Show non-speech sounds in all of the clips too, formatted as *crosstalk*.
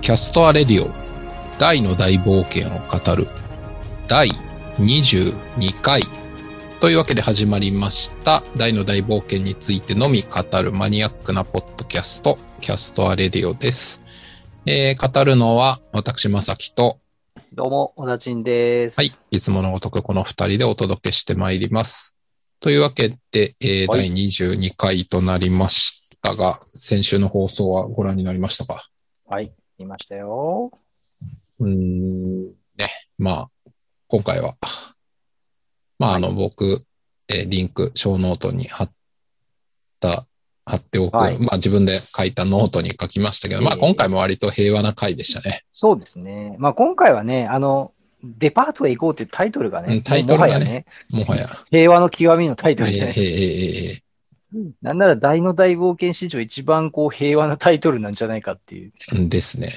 キャストアレディオ大の大冒険を語る第22回というわけで始まりました大の大冒険についてのみ語るマニアックなポッドキャストキャストアレディオです、えー語るのは私まさきとどうも、小田んです。はい。いつものごとくこの二人でお届けしてまいります。というわけで、えーは第い22回となりましたが、先週の放送はご覧になりましたかはい。いましたよ。うーん、ね、まあ、今回は、まあ、あの、僕、えーリンク、小ノートに貼った、貼っておく、はいまあ、自分で書いたノートに書きましたけど、まあ、ええ今回も割と平和な回でしたね。そうですね。まあ今回はね、あの、デパートへ行こうっていうタイトルがうんね、タイトルがねもはやもはや。平和の極みのタイえトルじゃないえですか。ええなんなら大の大冒険史上一番こう平和なタイトルなんじゃないかっていう。ええうんですね。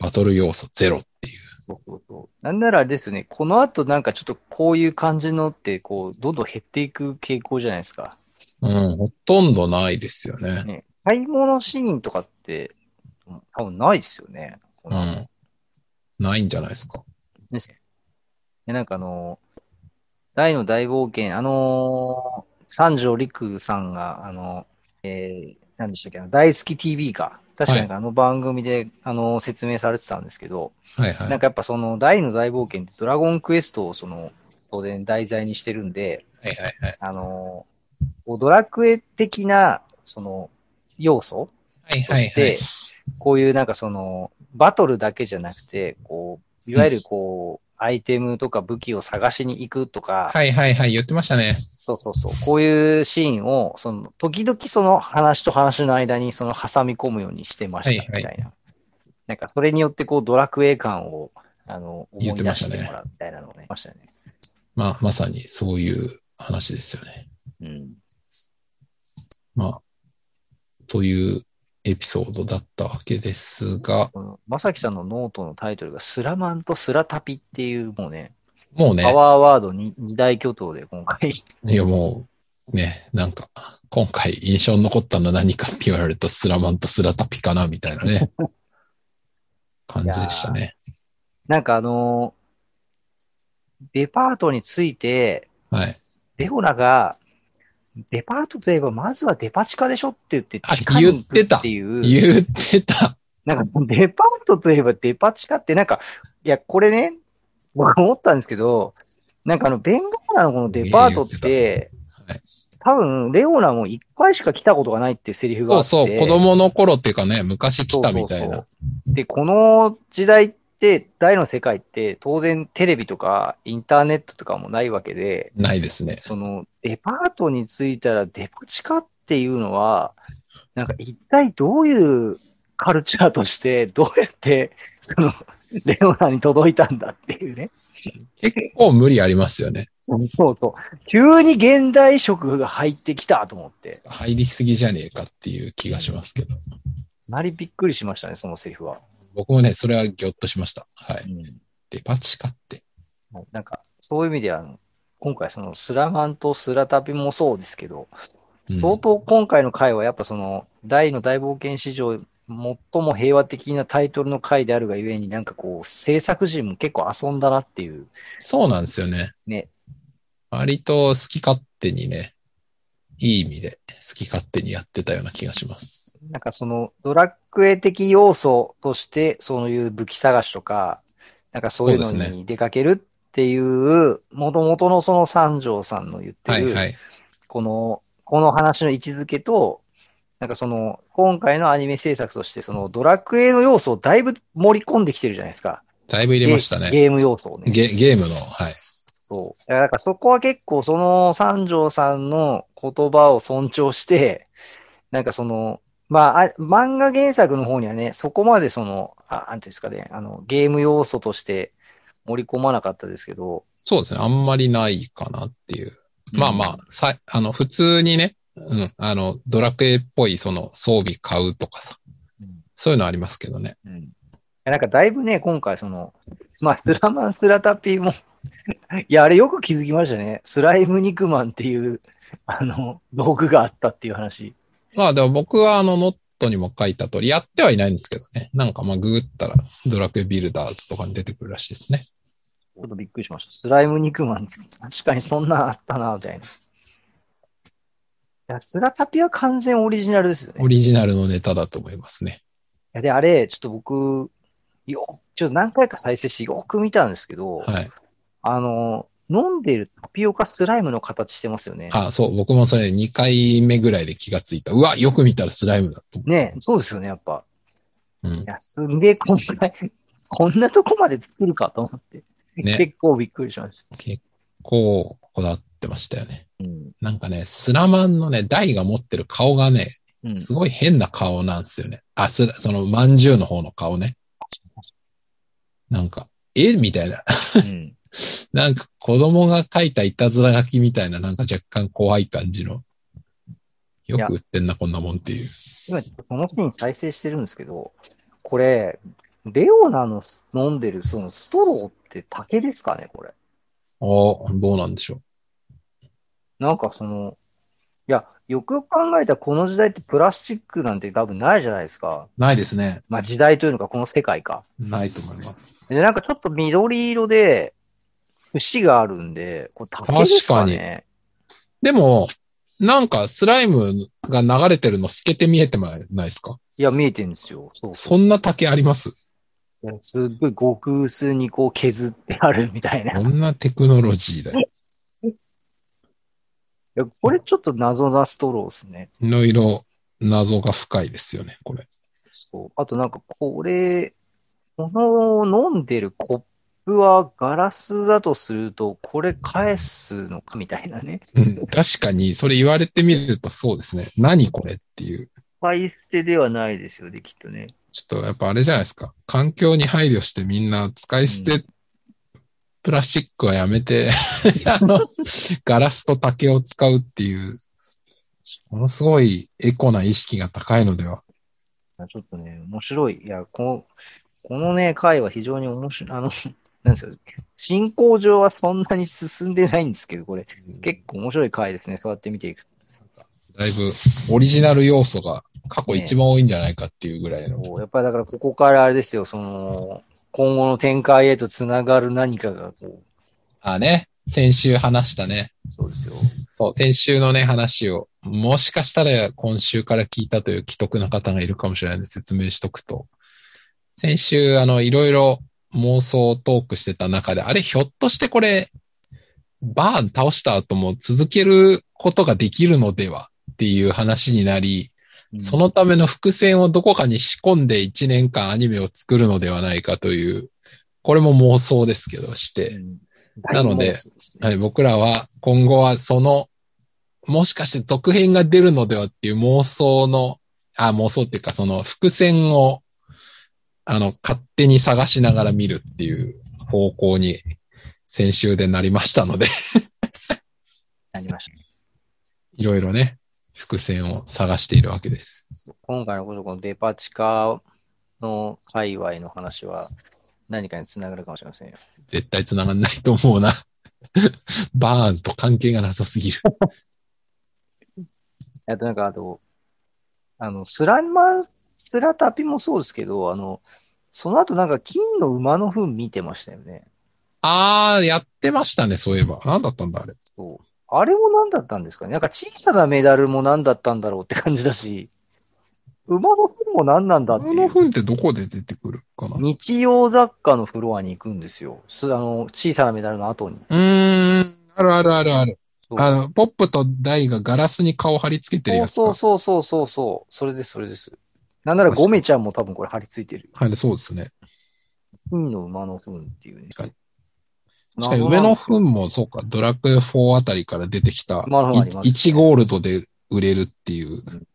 バトル要素ゼロっていう。なんならあれですよね、この後なんかちょっとこういう感じのって、こう、どんどん減っていく傾向じゃないですか。うん、ほとんどないですよね。ね、買い物シーンとかって、うん多分ないですよね。うん。ないんじゃないですか。ですね。でなんかあの、大の大冒険、あのー三条陸さんが、あの、えー、何でしたっけな、大好き TV か。確かはにあの番組で、あの説明されてたんですけど、はいはい。なんかやっぱその大の大冒険ってドラゴンクエストをその、当然題材にしてるんで、はいはいはい。あのーこうドラクエ的な、その、要素はいはいはでい。こういうなんかその、バトルだけじゃなくて、こう、いわゆるこう、アイテムとか武器を探しに行くとか、はいはいはい。言ってましたね。そうそうそう、こういうシーンを、その、時々その話と話の間にその挟み込むようにしてましたみたいな。はなんかそれによってこう、ドラクエ感を、あの、思言っいてま出したしねてもらうみたいなのをね、ましたね。まあ、まさにそういう話ですよね。うん。まあ、というエピソードだったわけですが、この、まさきさんのノートのタイトルが、スラマンとスラタピっていう、もうね、もうパね、ワーワードに二大巨頭で今回、いやもう、ね、なんか、今回印象に残ったのは何かって言われると、スラマンとスラタピかな、みたいな *laughs* ね、感じでしたね。なんかあのーデパートについて、はい。レオナが、デパートといえば、まずはデパ地下でしょって言って、あ地下に行く言ってたっていう、言ってた。なんかそのデパートといえばデパ地下って、なんか、いや、これね、僕思ったんですけど、なんかあの、ベンガーラのこのデパートっいやいて、はい多分、レオナも一回しか来たことがないっていうセリフがあそっうて。そう、子供の頃っていうかね、昔来たみたいそうなそ。で、この時代って、大の世界って、当然テレビとかインターネットとかもないわけで、ないですね。そのデパートに着いたらデパ地下っていうのは、なんか一体どういうカルチャーとして、どうやって、その、レオナに届いたんだっていうね。結構無理ありますよね。そうそう。急に現代色が入ってきたと思って、入りすぎじゃねえかっていう気がしますけど。なりびっくりしましたね、そのセリフは。僕もね、それはぎょっとしました。はい。うんデパ地下って。はいなんか、そういう意味では、あの今回、そのスラマンとスラタピもそうですけど、うん相当今回の回は、やっぱその、大の大冒険史上、最も平和的なタイトルの回であるがゆえに、なんかこう、制作陣も結構遊んだなっていう、そうなんですよね。ね。割と好き勝手にね、いい意味で好き勝手にやってたような気がします。なんかその、ドラクエ的要素として、そういう武器探しとか、なんかそういうのそうですに出かけるっていう、もともとのその三条さんの言ってはいる、はい。この、この話の位置づけと、なんかその、今回のアニメ制作として、そのドラクエの要素をだいぶ盛り込んできてるじゃないですか。だいぶ入れましたね。ゲーム要素をね。ゲゲームの、はい。そう。だからなんかそこは結構その三条さんの言葉を尊重して、なんかその、まあ、あ漫画原作の方にはね、そこまでその、あ、なんていうんですかね、あの、ゲーム要素として盛り込まなかったですけど、そうですね。あんまりないかなっていう。まあまあ、さあの、普通にね、うん、あの、ドラクエっぽいその装備買うとかさ、うんそういうのありますけどね。うんなんかだいぶね、今回その、まあ、スラマン、スラタピーも、 *laughs* いや、あれよく気づきましたね。スライム肉マンっていう、あの、道具があったっていう話。まあでも僕はあの、ノットにも書いた通り、やってはいないんですけどね。なんかまあググったらドラクエビルダーズとかに出てくるらしいですね。ちょっとびっくりしました。スライム肉まん、確かにそんなあったな、みたいな。いや、スラタピは完全オリジナルですよね。オいリジナルのネタだと思いますね。や、で、あれ、ちょっと僕、よ、ちょっと何回か再生してよく見たんですけど、はい。あの、飲んでるタピオカスライムの形してますよね。あ、そう、僕もそれ2回目ぐらいで気がついた。うわ、よく見たらスライムだと思ねそうですよね、やっぱ。う。うんい。や、すんげえ今回、 *laughs* こんなとこまで作るかと思って、ね結構びっくりしました。結構こだわってましたよね。うん。なんかね、スラマンのね、大が持ってる顔がね、うん。すごい変な顔なんですよね。あ、すその、まんじゅうの方の顔ね。なんか、えみたいな。うんなんか子供が描いたいたずら書きみたいな、なんか若干怖い感じの。よく売ってんな、こんなもんっていう。今、このシーン再生してるんですけど、これ、レオナの飲んでるそのストローって竹ですかね、これ。ああ、どうなんでしょなんかその、いや、よくよく考えたらこの時代ってプラスチックなんて多分ないじゃないですか。う。ないですね。まあ時代というのか、この世界か。ないと思います。で、なんかちょっと緑色で、節があるんで、これ竹ですかね。でも、なんかスライムが流れてるの透けて見えてもらえないですかいや、見えてるんですよ。そうそそうんな竹ありますいやすっごい極薄にこう削ってあるみたいな。こいんなテクノロジーだよ。や *laughs* これちょっと謎なストローですね。いろいろ謎が深いですよね、これ。そう。あとなんかこれ、この飲んでるコップはガラスだとすると、これ返すのかみたいなね。うん、確かに、それ言われてみるとそうですね。何これっていう。使い捨てではないですよね、きっとね。ちょっとやっぱあれじゃないですか。環境に配慮してみんな使い捨て、プラスチックはやめて、 *laughs* あの、ガラスと竹を使うっていう、ものすごいエコな意識が高いのでは。ちょっとね、面白い。いや、この、このね、回は非常に面白い。あの、なんですか、進行上はそんなに進んでないんですけど、これ、結構面白い回ですね、そうやって見ていくと。だいぶオリジナル要素が過去一番多いんじゃないかっていうぐらいの。こうやっぱりだからここからあれですよ、その、今後の展開へとつながる何かが、こあね、先週話したね。う、そうですよ。そう、先週のね、話を、もしかしたら今週から聞いたという既得な方がいるかもしれないので説明しとくと。先週、あの、いろいろ妄想トークしてた中で、あれ、ひょっとしてこれ、バーン倒した後も続けることができるのではっていう話になり、うんそのための伏線をどこかに仕込んで1年間アニメを作るのではないかという、これも妄想ですけど、して、うんなので大妄想すねはい、僕らは今後はその、もしかして続編が出るのではっていう妄想の、あ、妄想っていうかその伏線を、あの、勝手に探しながら見るっていう方向に先週でなりましたので、 *laughs* なりました。いろいろね、伏線を探しているわけです。今回のこと、このデパ地下の界隈の話は、何かにつながるかもしれませんよ。絶対繋がんないと思うな。 *laughs* バーンと関係がなさすぎる。あとなんか、あと、あの、スラマン、スラタピもそうですけど、あの、その後なんか金の馬の糞見てましたよね。あー、やってましたね、そういえば。なんだったんだ、あれ。そう。あれも何だったんですかねなんか小さなメダルも何だったんだろうって感じだし、馬の糞も何なんだってこいのう。糞ってどこで出てくるかな日用雑貨のフロアに行くんですよ。すあの、小さなメダルの後に。うーん。あるあるあるある。そうあの、ポップとダイがガラスに顔貼り付けてるやつか。そうそうそうそうそう。それです、それです。なんなら確かにゴメちゃんも多分これ貼り付いてる。はい、そうですね。金の馬の糞っていうね。確確かに上の糞も、そうか、ドラクエ4あたりから出てきた、まあまあありますね1ゴールドで売れるっていううん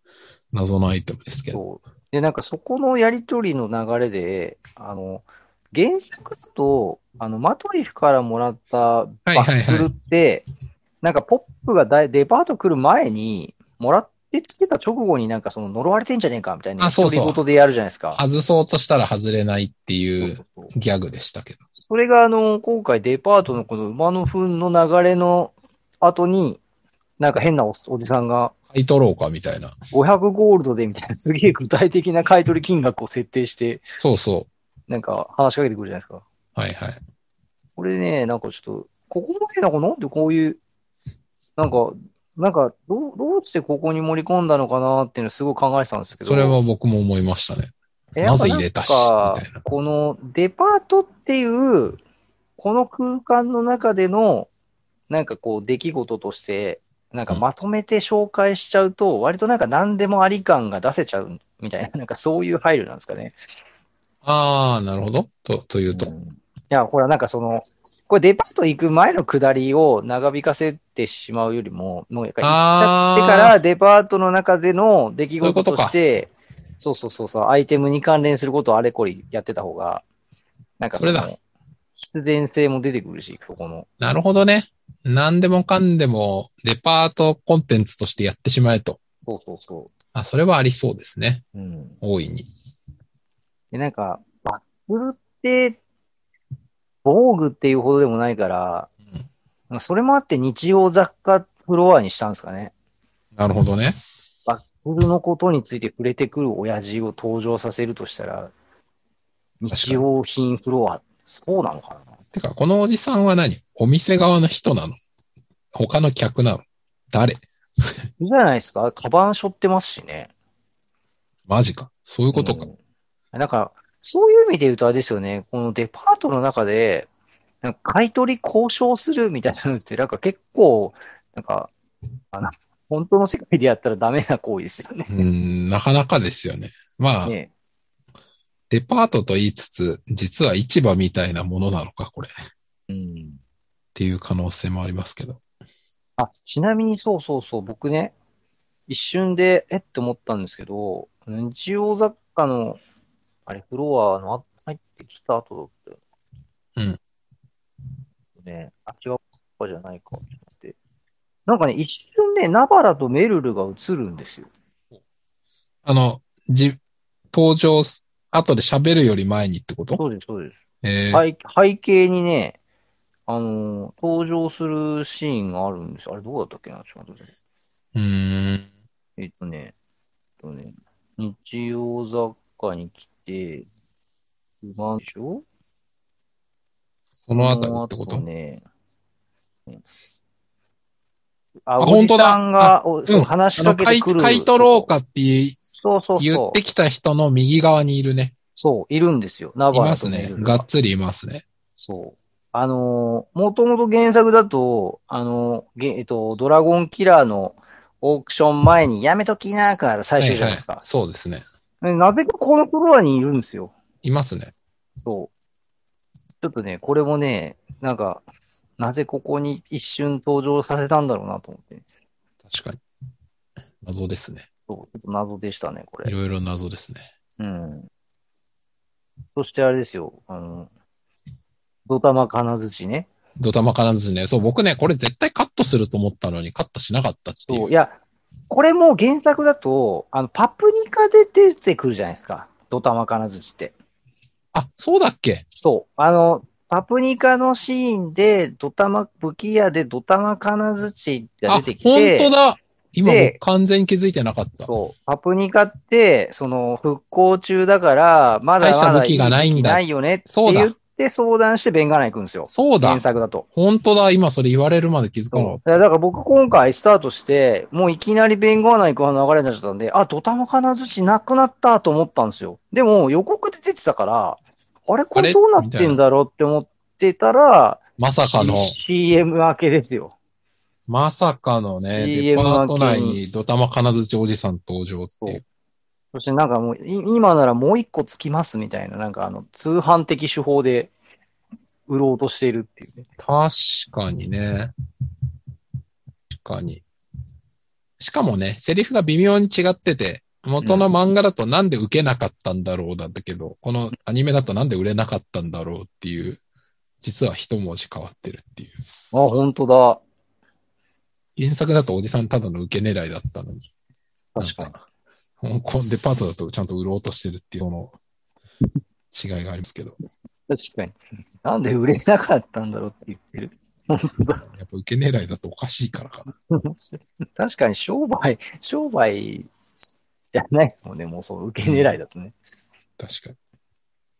謎のアイテムですけど。そう。で、なんかそこのやりとりの流れで、あの、原作だと、あの、マトリフからもらったバいはいはいックルって、なんかポップがだいデパート来る前に、もらってつけた直後になんかその呪われてんじゃねえかみたいな、あそうそう独り言でやるじゃないですか。外そうとしたら外れないっていそううそうそうギャグでしたけど。それがあの、今回デパートのこの馬の糞の流れの後に、なんか変なおおじさんが、買い取ろうかみたいな。 500ゴールドでみたいな、すげえ具体的な買い取り金額を設定して、そうそなんか話しかけてくるじゃないですか。う。はいはい。これね、なんかちょっと、ここもね、なんかなんでこういう、なんか、なんか、どう、どうしてここに盛り込んだのかなっていうのをすごい考えてたんですけど。それは僕も思いましたね。えやっなぱぜ入れたし、なんかみたいな。このデパートっていう、この空間の中での、なんかこう、出来事として、なんかまとめて紹介しちゃうと、割となんか何でもあり感が出せちゃうみたいな、なんかそういう配慮なんですかね。ああ、なるほど。と、というと。うんいや、ほら、なんかその、これデパート行く前の下りを長引かせてしまうよりも、もうやっぱり行っあてあ。からデパートの中での出来そういうこ事ととかして、そうそうそうそう、アイテムに関連することをあれこれやってた方が、なんかのそれだ。必然性も出てくるし、ここの。なるほどね。何でもかんでもデパートコンテンツとしてやってしまえと。そうそうそあ、それはありそうですね。う。うん。大いに。で、なんか、バックルって、防具っていうほどでもないから、うんなんかそれもあって日用雑貨フロアにしたんですかね。なるほどね。バックルのことについて触れてくる親父を登場させるとしたら、かに日用品フロア、そうなのかなてか、このおじさんは何お店側の人なの他の客なの誰いいじゃないですか。カバン背負ってますしね。マジか。そういうことか。うん。なんか、そういう意味で言うとあれですよね。このデパートの中で、なんか買い取り交渉するみたいなのって、なんか結構、なんか、あの、本当の世界でやったらダメな行為ですよね。うーん、なかなかですよね。まあ、ねデパートと言いつつ、実は市場みたいなものなのか、これ。っうん。ていう可能性もありますけど。あ、ちなみにそうそうそう、僕ね、一瞬で、えって思ったんですけど、日用雑貨の、あれ、フロアのあ入ってきた後だったよな。うん。ね、あ、違うかじゃないか、ちょっと待って。なんかね、一瞬ね、ナバラとメルルが映るんですよ。あの、じ、登場す、後で喋るより前にってことそうです、そうです。えー背背景にね、あのー登場するシーンがあるんですよ。あれ、どうだったっけな、ちょっと待ってください。うーん。えっとね、えっとね、日用雑貨に来て、馬でしょそのあたりってことその後ね、あ、あお本じ当ださんがおそううん話しあかの、け買てい、くる。買い取ろうかっていそうそう言そっうて。きた人の右側にいるね。そう、いるんですよ。ナいバラますとメねル。ルがっつりいますね。そう。あのー、もともと原作だと、あのー、げえっと、ドラゴンキラーのオークション前にやめときなーから最初じゃないですか。そうですね。えなぜかこのフロアにいるんですよ。いますね。そう。ちょっとね、これもね、なんか、なぜここに一瞬登場させたんだろうなと思って。確かに。謎ですね。そう、ちょっと謎でしたね、こいれ。ろいろ謎ですね。うん。そしてあれですよ、あの、ドタマ金槌ね。ドタマ金槌ね。そう、僕ね、これ絶対カットすると思ったのに、カットしなかったってい。そうう、いや、これも原作だと、あの、パプリカで出てくるじゃないですか。ドタマ金槌って。あ、そうだっけそう。あの、パプニカのシーンで、ドタマ、武器屋でドタマ金槌があ出て、き本て、当だ今で僕完全に気づいてなかった。そう。パプニカって、その、復興中だから、まだま大しただ武器がないんだ武器ないよねってそうだ言って相談してベンガーナ行くんですよ。そうだ原。作だと。本当だ。今それ言われるまで気づかなかっそう。だから僕今回スタートして、もういきなりベンガーナ行く話流れになっちゃったんで、あ、ドタマ金槌なくなったと思ったんですよ。でも予告で出てたから、あれこあれれどうなってんだろうって思ってたた。ら、まさかの、 C- CM 明けですよ。まさかのね、デ CM パート内明けにドタマ金槌おじさん登場っていう。そしてなんかもう、い今ならもう一個つきますみたいな、なんかあの、通販的手法で売ろうとしているっていうね。確かにね。確かに。しかもね、セリフが微妙に違ってて、元の漫画だとなんで受けなかったんだろうなんだけど、このアニメだとなんで売れなかったんだろうっていう、実は一文字変わってるっていう。あ、本当だ。原作だとおじさんただの受け狙いだったのに。確かに。に。香港デパートだとちゃんと売ろうとしてるっていうこの違いがありますけど。確かに。なんで売れなかったんだろうって言ってる。 *laughs* やっぱ受け狙いだとおかしいからかな。確かに商売、商売じゃないもんね、もうそう、受け狙いだとね。確かに。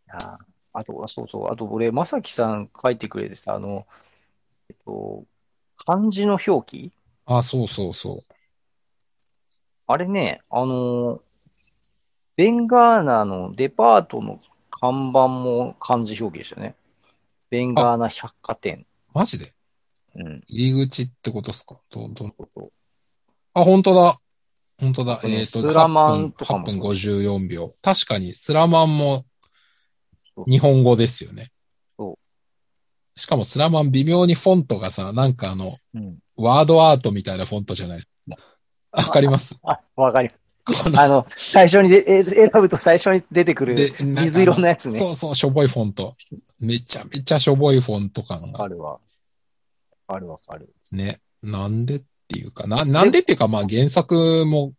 ああと、あそうそう、あと俺、まさきさん書いてくれてた、あの、えっと、漢字の表記あ、そうそうそあれね、あの、ベンガーナのデパートの看板も漢字表記でしたね。ベンガーナ百貨店。う。マジでうん。入り口ってことっすかど、ど、あ、本当だ。本当だ。これねえっ、と、スラマンとかも8分そう54秒。確かに、スラマンもそう日本語ですよね。そしかもスラマン微妙にフォントがさ、なんかあの、うん。ワードアートみたいなフォントじゃないですか。わかりますあ、わかります。このあの、 *laughs* 最初にで、え選ぶと最初に出てくるな水色のやつね。そうそう、しょぼいフォント。めちゃめちゃしょぼいフォント感がわか。るわ。わかるわかる。ね。なんでっていうかな、なんでっていうか、まあ原作も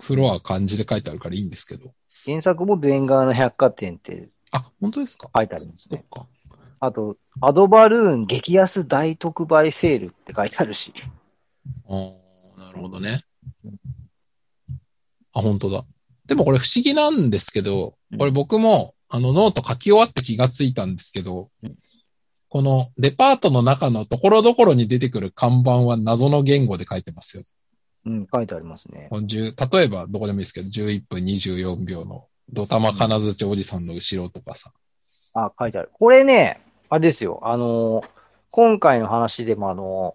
フロア漢字で書いてあるからいいんですけど。原作もベンガーナ百貨店ってあ、本当ですか書いてありますね。そっか。あと、アドバルーン激安大特売セールって書いてあるし。ああ、なるほどね。あ、本当だ。でもこれ不思議なんですけどうん、これ僕も、あのノート書き終わって気がついたんですけどうん、このデパートの中のところどころに出てくる看板は謎の言語で書いてますよ。うん、書いてありますね。この10例えばどこでもいいですけど、11分24秒のドタマ金槌おじさんの後ろとかさ。あ、書いてある。これね、あれですよ。あのー、今回の話でもあの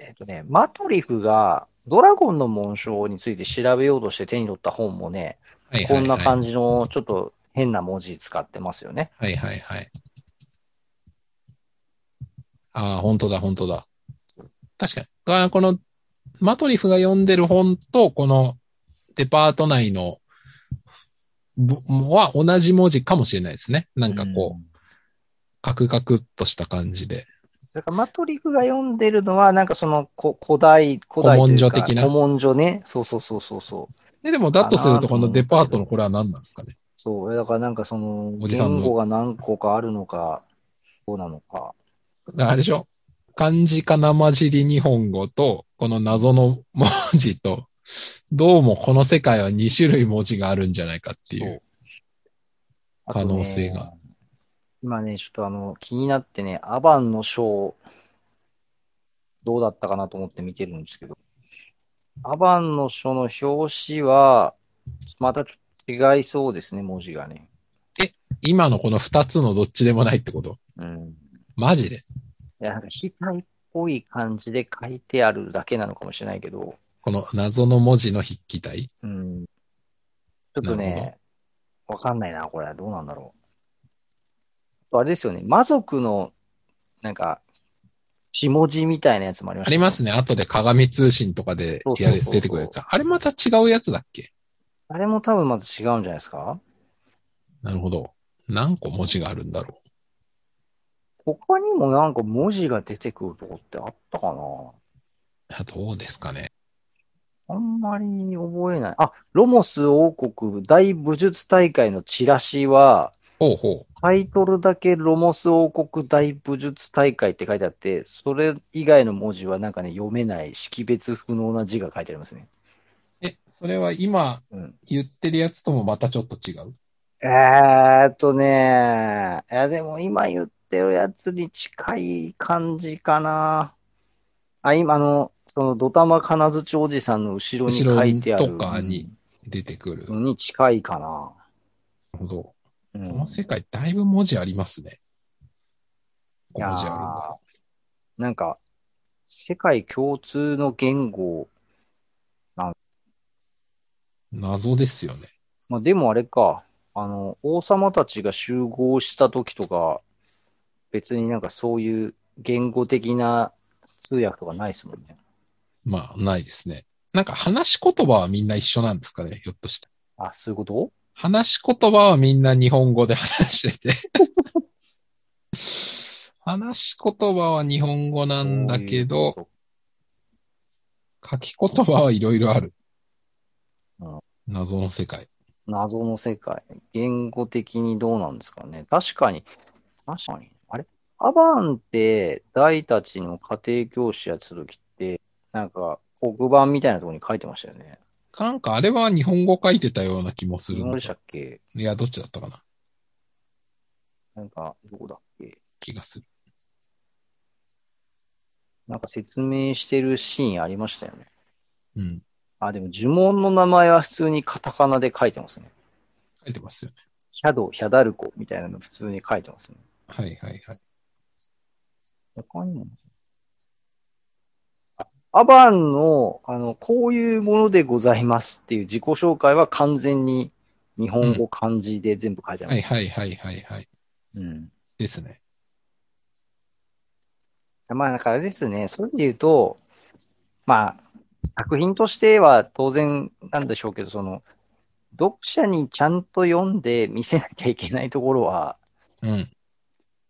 ー、えっ、とね、マトリフがドラゴンの紋章について調べようとして手に取った本もね、はいはこいんは。ない感じのちょっと変な文字使ってますよね。はいはいはい。ああ、本当だ、本当だ。確かに。あーこの、マトリフが読んでる本と、このデパート内の、ぼは同じ文字かもしれないですね。なんかこう、うんカクカクっとした感じで。だからマトリフが読んでるのは、なんかそのこ古代、古代とい古文うか書的な古文書ね。そうそうそうそうそう。で、でも、だとすると、かこのなーと思うんでデすけどパートのこれは何なんですかね。そう、だからなんかその、おじさんの言語が何個かあるのか、どうなのか。だからあれでしょ漢字かなまじり日本語と、この謎の文字と、どうもこの世界は2種類文字があるんじゃないかってい。そうあとね可能性が。今ね、ちょっとあの、気になってね、アバンのショー、どうだったかなと思って見てるんですけど、アバンの書の表紙は、またちょっと違いそうですね、文字がね。今のこの二つのどっちでもないってことうん。マジでいや、なんか、非体っぽい感じで書いてあるだけなのかもしれないけど、この謎の文字の筆記体うん。ちょっとなるね、わかんないな、これ。どうなんだろう。あれですよね、魔族の、なんか、血文字みたいなやつもありまあしたねりますね。後で鏡通信とかでやそうそうそうれそう出てくるやつ。あれまた違うやつだっけあれも多分また違うんじゃないですかなるほど。何個文字があるんだろ他にもなんか文字が出てくるとこってあったかうあどうですかね。なあんまり覚えない。あ、ロモス王国大武術大会のチラシは、ほうほう。タイトルだけロモス王国大武術大会って書いてあって、それ以外の文字はなんかね、読めない、識別不能な字が書いてありますね。え、それは今うん。言ってるやつともまたちょっと違う。えーっとね、いやでも今言ってるやつに近い感じかな。あ、今あの、そのドタマ金槌おじさんの後ろに書いてある後ろとかに出てくる。のなるに近いかな。ほど。うこんの世界だいぶ文字ありますね。いや文字あるんだ。ーなんか、世界共通の言語、謎ですよね。まあ、でもあれか、あの、王様たちが集合した時とか、別になんかそういう言語的な通訳とかないですもんね。まあ、ないですね。なんか話し言葉はみんな一緒なんですかね、ひょっとして。あ、そういうこと話し言葉はみんな日本語で話 *laughs* してて。話し言葉は日本語なんだけど、そういうこ書き言葉はいろいろあるうん。謎の世界。と謎の世界。言語的にどうなんですかね。確かに、確かに、あれアバンって、大たちの家庭教師やってた時って、なんか、黒板みたいなところに書いてましたよね。なんかあれは日本語書いてたような気もするどのうでしたっけいや、どっちだったかななんか、どこだっけ気がする。なんか説明してるシーンありましたよね。うん。あ、でも呪文の名前は普通にカタカナで書いてますね。書いてますよね。ヒャド、ヒャダルコみたいなの普通に書いてますね。はいはいはい。他にも。あアバンの、あの、こういうものでございますっていう自己紹介は完全に日本語漢字で全部書いてあはる。いはいはいはいはい。うん。ですね。まあ、だからあれですね、そういう意味で言うと、まあ、作品としては当然なんでしょうけど、その、読者にちゃんと読んで見せなきゃいけないところは、うん。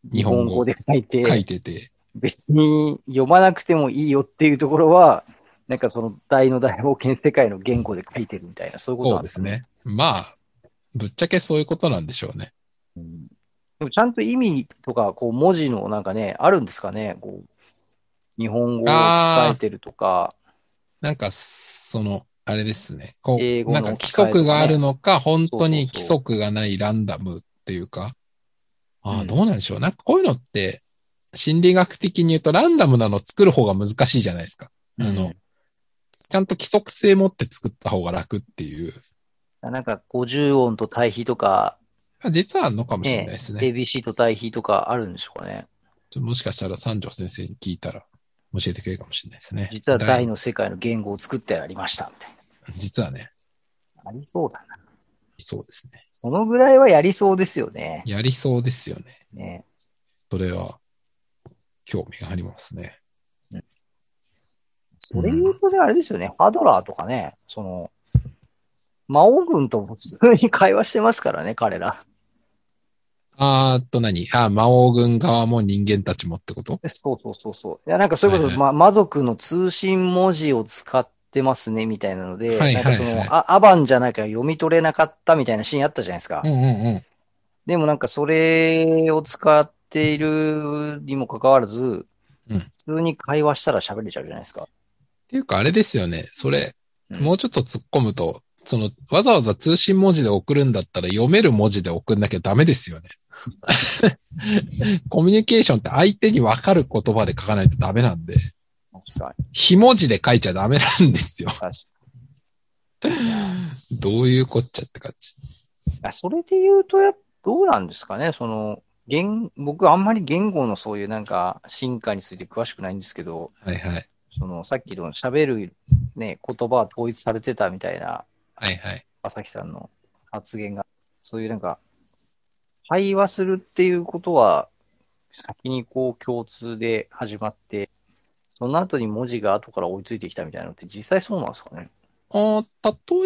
日日本本語語で書いて、書いてて。別に読まなくてもいいよっていうところは、なんかその大の大冒険世界の言語で書いてるみたいな、そういうことそなうんです。ね。まあ、ぶっちゃけそういうことなんでしょうね。うんでもちゃんと意味とか、こう文字のなんかね、あるんですかね、こう、日本語を書いてるとか、なんか、その、あれですね。こう、英語のなんか規則があるのか、本当にそう規そうそう則がないランダムっていうか、あうあ、んどうなんでしょう。なんかこういうのって、心理学的に言うとランダムなの作る方が難しいじゃないですか。あの、うんちゃんと規則性持って作った方が楽っていう、なんか50音と対比とか、実はあるのかもしれないですね。 ABC と対比とかあるんでしょうかね。ちょっともしかしたら三条先生に聞いたら教えてくれるかもしれないですね。実はだい大の世界の言語を作ってありましたみたい実はね、な。ありそうだな。そうですね。そのぐらいはやりそうですよね。やりそうですよね。ねそれは、興味がありますね。それ言うとね、あれですよね、ハドラーとかね、その、魔王軍とも普通に会話してますからね、彼ら。あーっと何あー、魔王軍側も人間たちもってことそうそうそうそう。いや、なんかそういうこはいと、はま、魔族の通信文字を使ってますね、みたいなので、はいなはんいかそはいの、あアバンじゃなきゃ読み取れなかったみたいなシーンあったじゃないですかうん。うんうん。でもなんかそれを使っているにもかかわらずうん、普通に会話したら喋れちゃうじゃないですか。っていうかあれですよね。それ、うんもうちょっと突っ込むと、その、わざわざ通信文字で送るんだったら読める文字で送んなきゃダメです *laughs* よね。コミュニケーションって相手にわかる言葉で書かないとダメなんで、確かに。非文字で書いちゃダメなんですよ。 *laughs* 確かにどういうこっちゃって感じ。あそれで言うとやっぱ、どうなんですかね、その、言僕、あんまり言語のそういうなんか進化について詳しくないんですけど、はいはい。そのさっきの喋る、ね、言葉は統一されてたみたいな、はいはい。朝木さんの発言が、そういうなんか、会話するっていうことは、先にこう共通で始まって、その後に文字が後から追いついてきたみたいなのって実際そうなんですかね。あー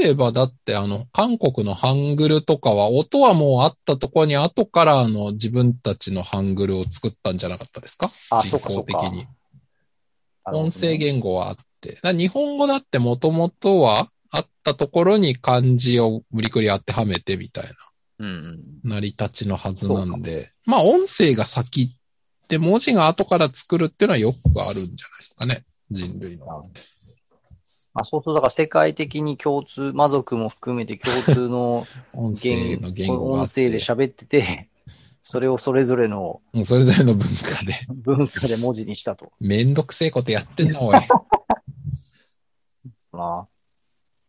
例えばだってあの、韓国のハングルとかは、音はもうあったところに後からあの、自分たちのハングルを作ったんじゃなかったですかあ、人そうかそ工う的か。に。あの音声言語はあって。だ日本語だってもともとはあったところに漢字を無理くり当てはめてみたいうんうん。な成り立ちのはずなんで。まあ音声が先って文字が後から作るっていうのはよくあるんじゃないですかね。人類の。まあ、そうすると、だから世界的に共通、魔族も含めて共 *laughs* 通の音声言の言語があ音っ声て。で喋ってて、それをそれぞれのうんそれぞれの文化で。文化で文字にしたと。めんどくせえことやってんな、 *laughs* おい。まあ、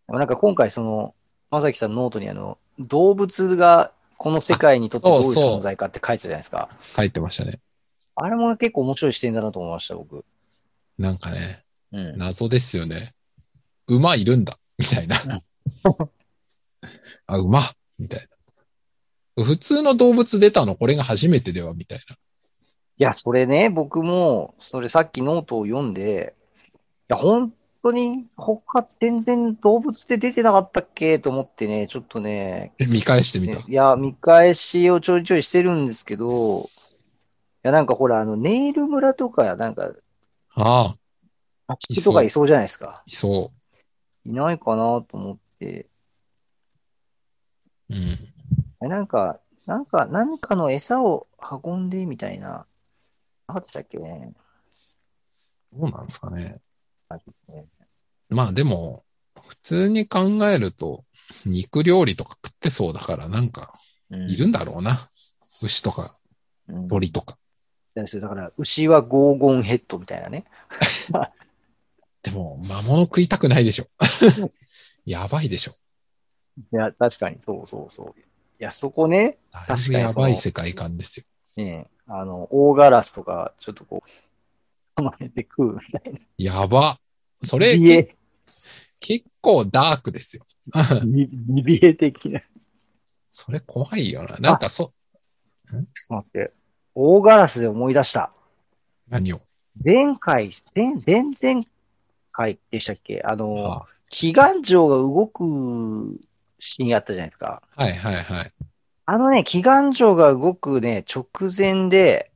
でもなんか今回、その、まさきさんのノートにあの、動物がこの世界にとってどういうそうそう存在かって書いてたじゃないですか。書いてましたね。あれも結構面白い視点だなと思いました、僕。なんかね、うん。謎ですよね。馬いるんだ、みたい *laughs* なうん。あ、馬みたいな。普通の動物出たのこれが初めてでは、みたいいや、それね、僕も、それさっきノートを読んで、いや、本当に他全然動物って出てなかったっけと思ってね、ちょっとね、な。見返してみた。ねいや、見返しをちょいちょいしてるんですけど、いや、なんかほら、あの、ネイル村とか、なんか、ああ、あっちとかいそうじゃないですか。いそいないかなと思って、う。うん。えなんか、なんか、何かの餌を運んでみたいな、あったっけね。どうなんですかね。あねまあでも、普通に考えると、肉料理とか食ってそうだから、なんか、うんいるんだろうな。牛とか、うん鳥とか。ですよだから、牛はゴーゴンヘッドみたいなね。でも、魔物食いたくないで *laughs* しょ。やばいでしょ。いや、確かに、そうそうそう。いや、そこね、だい確ぶかにやそのばい世界観ですよ。ねあの、大ガラスとか、ちょっとこう、捕まえて食うみたいな。やば。それ、ビエ、結構ダークですよ。ビビエ的な。それ怖いよな。なんかそ、ちょっと待って。大ガラスで思い出した。何を。前回、前、前々回でしたっけあの、あ祈願城が動くシーンあったじゃないですか。はいはいはい。あのね、祈願城が動くね、直前で、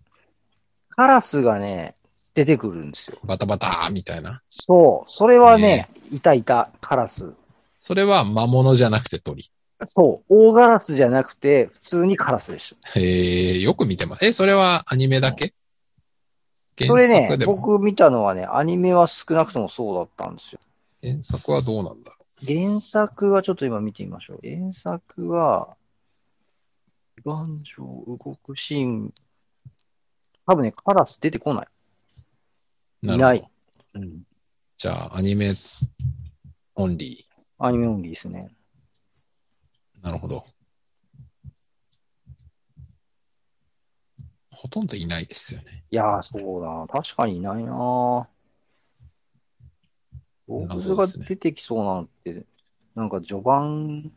カラスがね、出てくるんですよ。バタバターみたいな。そう。それはね、いたいた、カラス。それは魔物じゃなくて鳥。そう。大ガラスじゃなくて、普通にカラスでした。えー、よく見てます。え、それはアニメだけそ原れね作、でも。僕見たのはね、アニメは少なくともそうだったんですよ。原作はどうなんだろ原作はちょっと今見てみましょう。原作は、頑丈動くシーン、多分ね、カラス出てこなう。い。いるほなどい。うん。じゃあ、アニメオンリアニメオンリーですね。ー。なるほど。ほとんどいないですよね。いやー、そうだな。確かにいないな動物が出てきそうなんて、なんか序盤、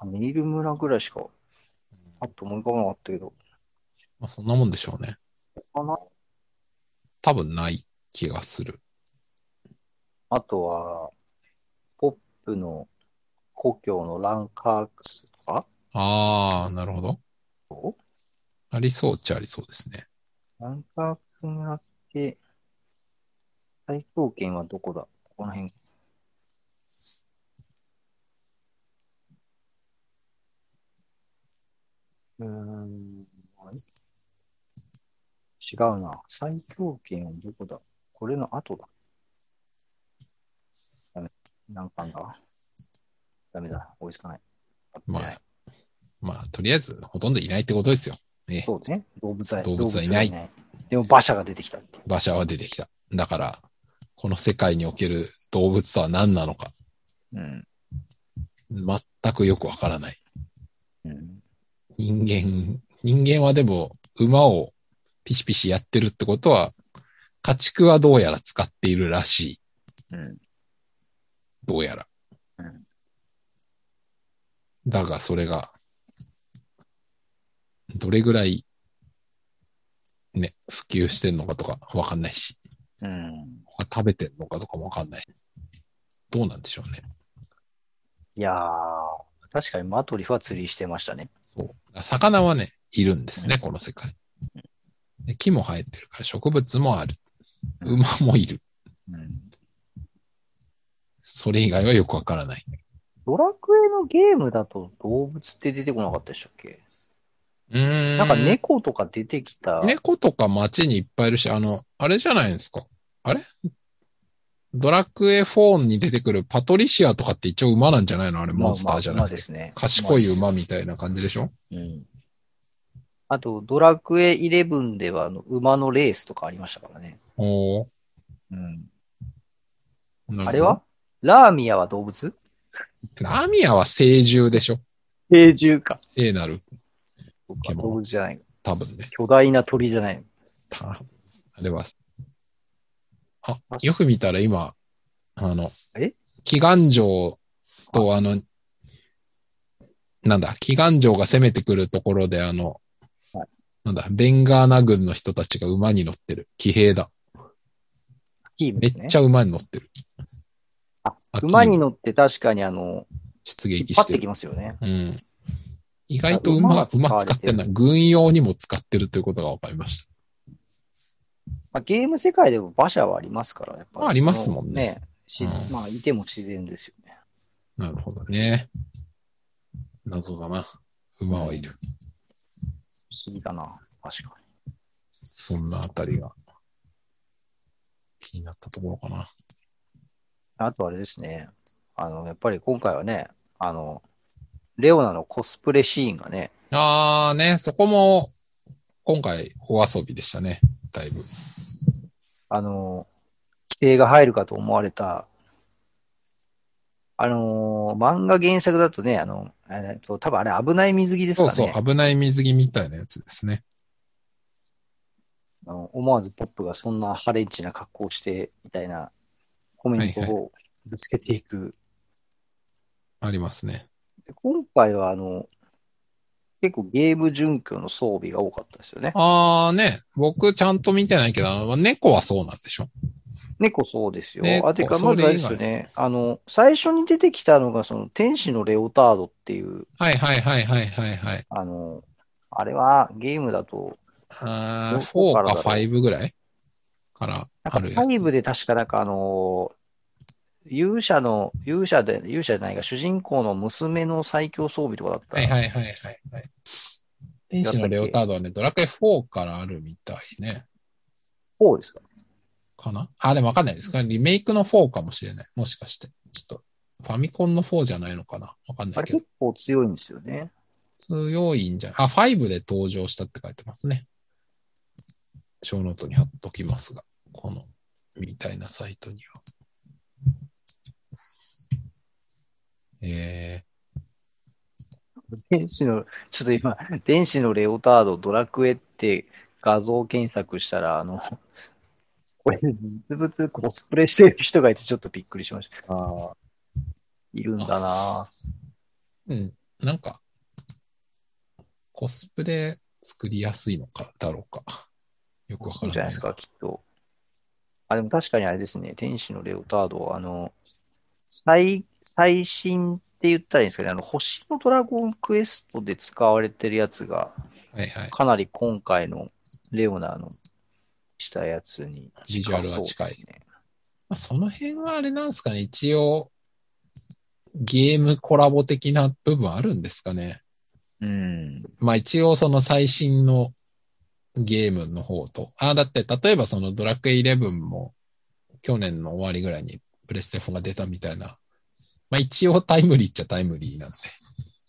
なんかネイル村ぐらいしか、パッと思い浮かばなかったけど、まあ、そんなもんでしょうね。かな多分ない気がする。あとは、ポップの故郷のランカークスとかあー、なるほど。そうありそうっちゃありそうですね。ランカークス村って、最高圏はどこだここの辺。うーん。あれ違うな。最強圏はどこだこれの後だ。ダメ。なんかあんだ。ダメだ。追いつかない。まあ、まあ、とりあえず、ほとんどいないってことですよ。ね。そうですね。動物は動物はいない動いでも馬車が出てきたっていう。馬車は出てきた。だから、この世界における動物とは何なのか、うん。全くよくわからない。うん。人間、人間はでも、馬をピシピシやってるってことは、家畜はどうやら使っているらしい。うん。どうやら。うんだが、それが、どれぐらい、ね、普及してんのかとかわかんないし、うん。他食べてんのかとかもわかんない。どうなんでしょうね。いやー、確かにマトリフは釣りしてましたね。そう。魚はね、いるんですね、この世界。で木も生えてるから、植物もある。うん馬もいる。うん、それ以外はよくわからない。ドラクエのゲームだと動物って出てこなかったでしたっけうーん。なんか猫とか出てきた。猫とか街にいっぱいいるし、あの、あれじゃないですか。あれドラクエ4に出てくるパトリシアとかって一応馬なんじゃないのあれまあモンスターじゃなまあくでて。すね。賢い馬みたいな感じでしょうん。あと、ドラクエ11ではあの馬のレースとかありましたからね。おーうん。なるほどあれはラーミアは動物ラミアは聖獣でしょ定獣か。聖なる、そうか動物じゃない。多分ね。巨大な鳥じゃない。たあれは。あ、よく見たら今、あの、え祈願城とあの、なんだ、祈願城が攻めてくるところであのはい、なんだ、ベンガーナ軍の人たちが馬に乗ってる。騎兵だ。キーめムでっすね。ちゃ馬に乗ってる。ああ馬に騎乗って確かにあの、出引っ撃張しっててる。きますよね。うん。意外あと馬馬は、使わ馬れてる使ってるな。軍用にも使ってるということが分かりました。まあ、ゲーム世界でも馬車はありますから、やっぱまあありますもんねしうんまあ、いても自然ですよね。なるほどね。謎だな。馬はいる。不思議だな。確かそんなあたりが気になったところかな。あとあれですね。あの、やっぱり今回はね、あの、レオナのコスプレシーンがね、あーね、そこも今回お遊びでしたね、だいぶ。あの、規定が入るかと思われた、あの、漫画原作だとね、あの、あれ多分あれ危ない水着ですかそらうね。そう、危ない水着みたいなやつですね。あの思わずポップがそんなハレンチな格好をして、みたいなコメントはいをぶつけていく。ありますね。で今回は、あの、結構ゲーム準拠の装備が多かったですよね。あーね、僕ちゃんと見てないけど、あの猫はそうなんでしょ猫そうですよ。猫あ、てか、そまれ以外ずあれですよね。あの、最初に出てきたのが、その、天使のレオタードっていう、はいはいはいはいはいはい。あの、あれはゲームだと、あーどこ4からかだろう5ぐらいからなあんかるやつ。 5で確かなんかあの、勇者の、勇者で、勇者じゃないが、主人公の娘の最強装備とかだった。はいはいはいはいはい。天使のレオタードはね、ドラクエ4からあるみたいね。そうですか。かなあ、でもわかんないですかリメイクの4かもしれない。もしかして。ちょっと、ファミコンの4じゃないのかなわかんなあいれけど結。構強いんですよね。強いんじゃないあ、5で登場したって書いてますね。小ノートに貼っときますが、この、みたいなサイトには。え天使の、ちょっと今、天使のレオタード、ドラクエって画像検索したら、あの、これ、実物コスプレしてる人がいてちょっとびっくりしました。いるんだなー、うん、なんか、コスプレ作りやすいのか、だろうか。よくわかそうらじゃなないいですか、きっと。あ、でも確かにあれですね、天使のレオタードは、あの、最、最新って言ったらいいんですかね、あの、星のドラゴンクエストで使われてるやつが、はいはい。かなり今回のレオナのしたやつにビジュアルは近いそうですね。まあ、その辺はあれなんですかね、一応、ゲームコラボ的な部分あるんですかね。うん。まあ一応その最新のゲームの方と。ああ、だって例えばそのドラクエ11も去年の終わりぐらいにプレステ4が出たみたいな。まあ一応タイムリーっちゃタイムリーなんで。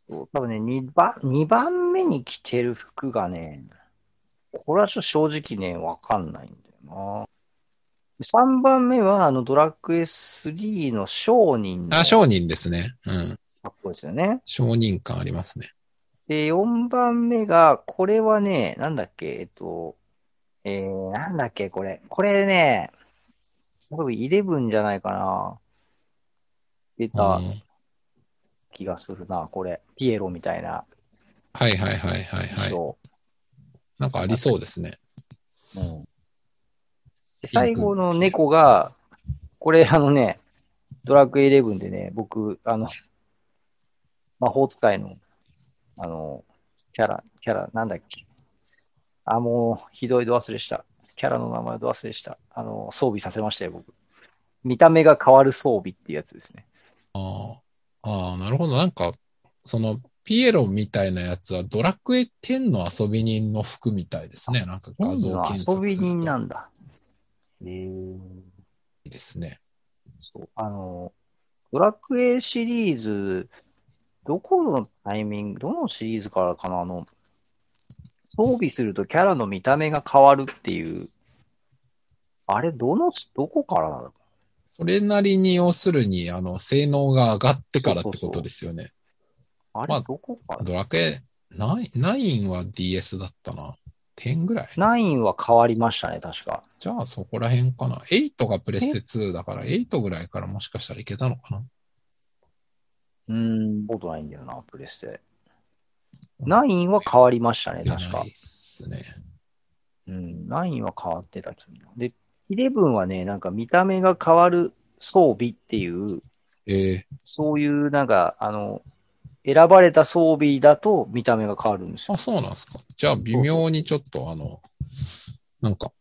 そう多分ね、2番、二番目に着てる服がね、これはちょっと正直ね、わかんないんだよな。3番目は、あの、ドラクエ3の商人のあ、商人ですね。うん。格好ですよね。商人感ありますね。で、4番目が、これはね、なんだっけ、えっと、えー、なんだっけ、これ。これね、多分11じゃないかな。出うん、はたい気がするな、これ。ピエロみたいなはいはいはいはい。装。なんかありそうですね。うんで最後の猫が、これあのね、ドラクエ11でね、僕、あの、魔法使いの、あの、キャラ、キャラ、なんだっけ。あ、もう、ひどい度忘れした。キャラの名前度忘れした。あの、装備させましたよ、僕。見た目が変わる装備っていうやつですね。ああ、ああ、なるほど。なんか、その、ピエロみたいなやつはドラクエ10の遊び人の服みたいですね。なんか画像検索遊び人なんだ。えー。いいですね。そう、あの、ドラクエシリーズ、どこのタイミング、どのシリーズからかな、あの、装備するとキャラの見た目が変わるっていう、あれ、どの、どこからなのそれなりに要するに、あの、性能が上がってからってことですよね。あまあれ、どこから、ドラクエ9、9は DS だったな。10ぐらい。 ?9 は変わりましたね、確か。じゃあそこら辺かな。8がプレステ2だから、8ぐらいからもしかしたらいけたのかうーん、ことないんだよな、プレステ。9は変わりましたね、な。確かない。っすね。うん、9は変わってた気が。で、11はね、なんか見た目が変わる装備っていう、ええそういう、なんか、あの、選ばれた装備だと見た目が変わるんですよあ、。そうなんですか。じゃあ微妙にちょっとあの、なんか、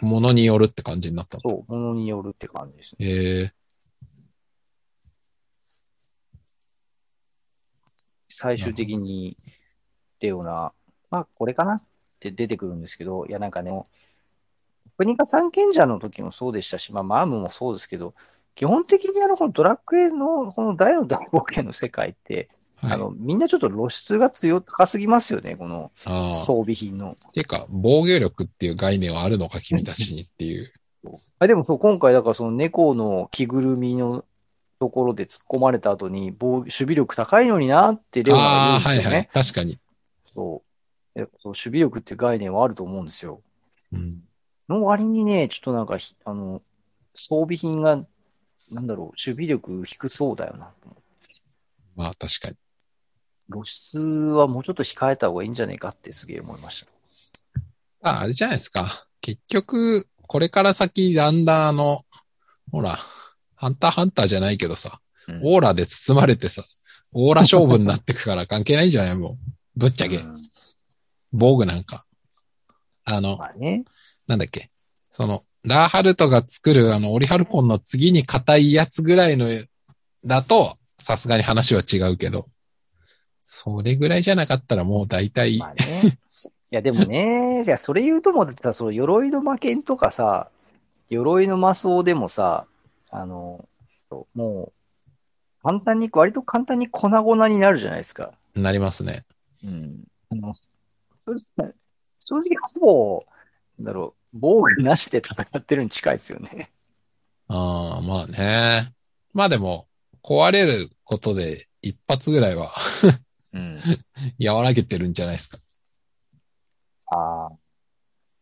ものによるって感じになったの。そう、ものによるって感じですね。ええ最終的に、レオナ、まあ、これかなっって出てくるんですけど、いやなんかね、国家三賢者の時もそうでしたし、まあ、マームもそうですけど、基本的にあの、このドラクエの、この大の大冒険の世界って、はあい。の、みんなちょっと露出が強、高すぎますよね、このああ。装備品の。てか、防御力っていう概念はあるのか、君たちにっていう。あでもそう、今回、だからその猫の着ぐるみのところで突っ込まれた後に、防守備力高いのになってレオナが言あうんあ、ですはよいね。はい。確かに。そう。えそう守備力っていう概念はあると思うんですよ。うん。の割にね、ちょっとなんかひ、あの、装備品が、なんだろう、守備力低そうだよな。まあ、確かに。露出はもうちょっと控えた方がいいんじゃねえかってすげえ思いました。あ、あれじゃないですか。結局、これから先、だんだんあの、ほら、ハンターハンターじゃないけどさ、うんオーラで包まれてさ、オーラ勝負になってくから関係ないんじゃないもう。ぶっちゃけう。ん防具なんか。あの、まあね。なんだっけ。その、ラーハルトが作るあの、オリハルコンの次に硬いやつぐらいの、だと、さすがに話は違うけど、それぐらいじゃなかったらもう大体、まあね。いや、でもね、いや、それ言うとも、だってさ、その鎧の魔剣とかさ、鎧の魔装でもさ、あの、そうもう、簡単に、割と簡単に粉々になるじゃないですか。なりますね。うん。あの、それ正直ほぼ、なんだろう、防具なしで戦ってるに近いですよね。ああ、まあね。まあでも、壊れることで一発ぐらいは *laughs* うん。和らげてるんじゃないですか。 *laughs* ああ、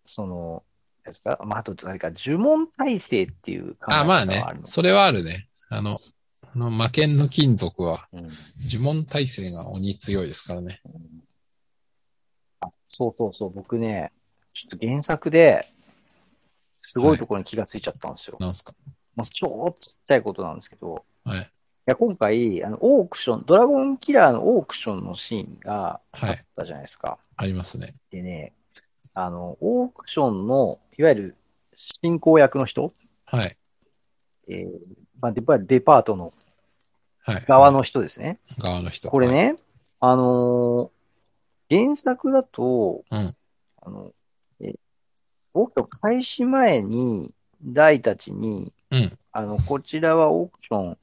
その、ですかまあ、あと何か呪文耐性っていう考えあ方まあねはある。の。それはあるね。あの、あの魔剣の金属はうん呪文耐性が鬼強いですからね。あそうそうそう、僕ね、ちょっと原作で、すごいところに気がついちゃったんですよ。なんすか。もう超ちっちゃいことなんですけど、はい。いや今回あの、オークション、ドラゴンキラーのオークションのシーンがはいあったじゃないですか。ありますね。でね、あの、オークションの、いわゆる進行役の人、はい。えーまあ、デパデパートのはい。側の人ですね。側の人。これね、あのー原作だと、うんあの、えー、オークション開始前に、大たちに、はい。うん。あの、こちらはオークション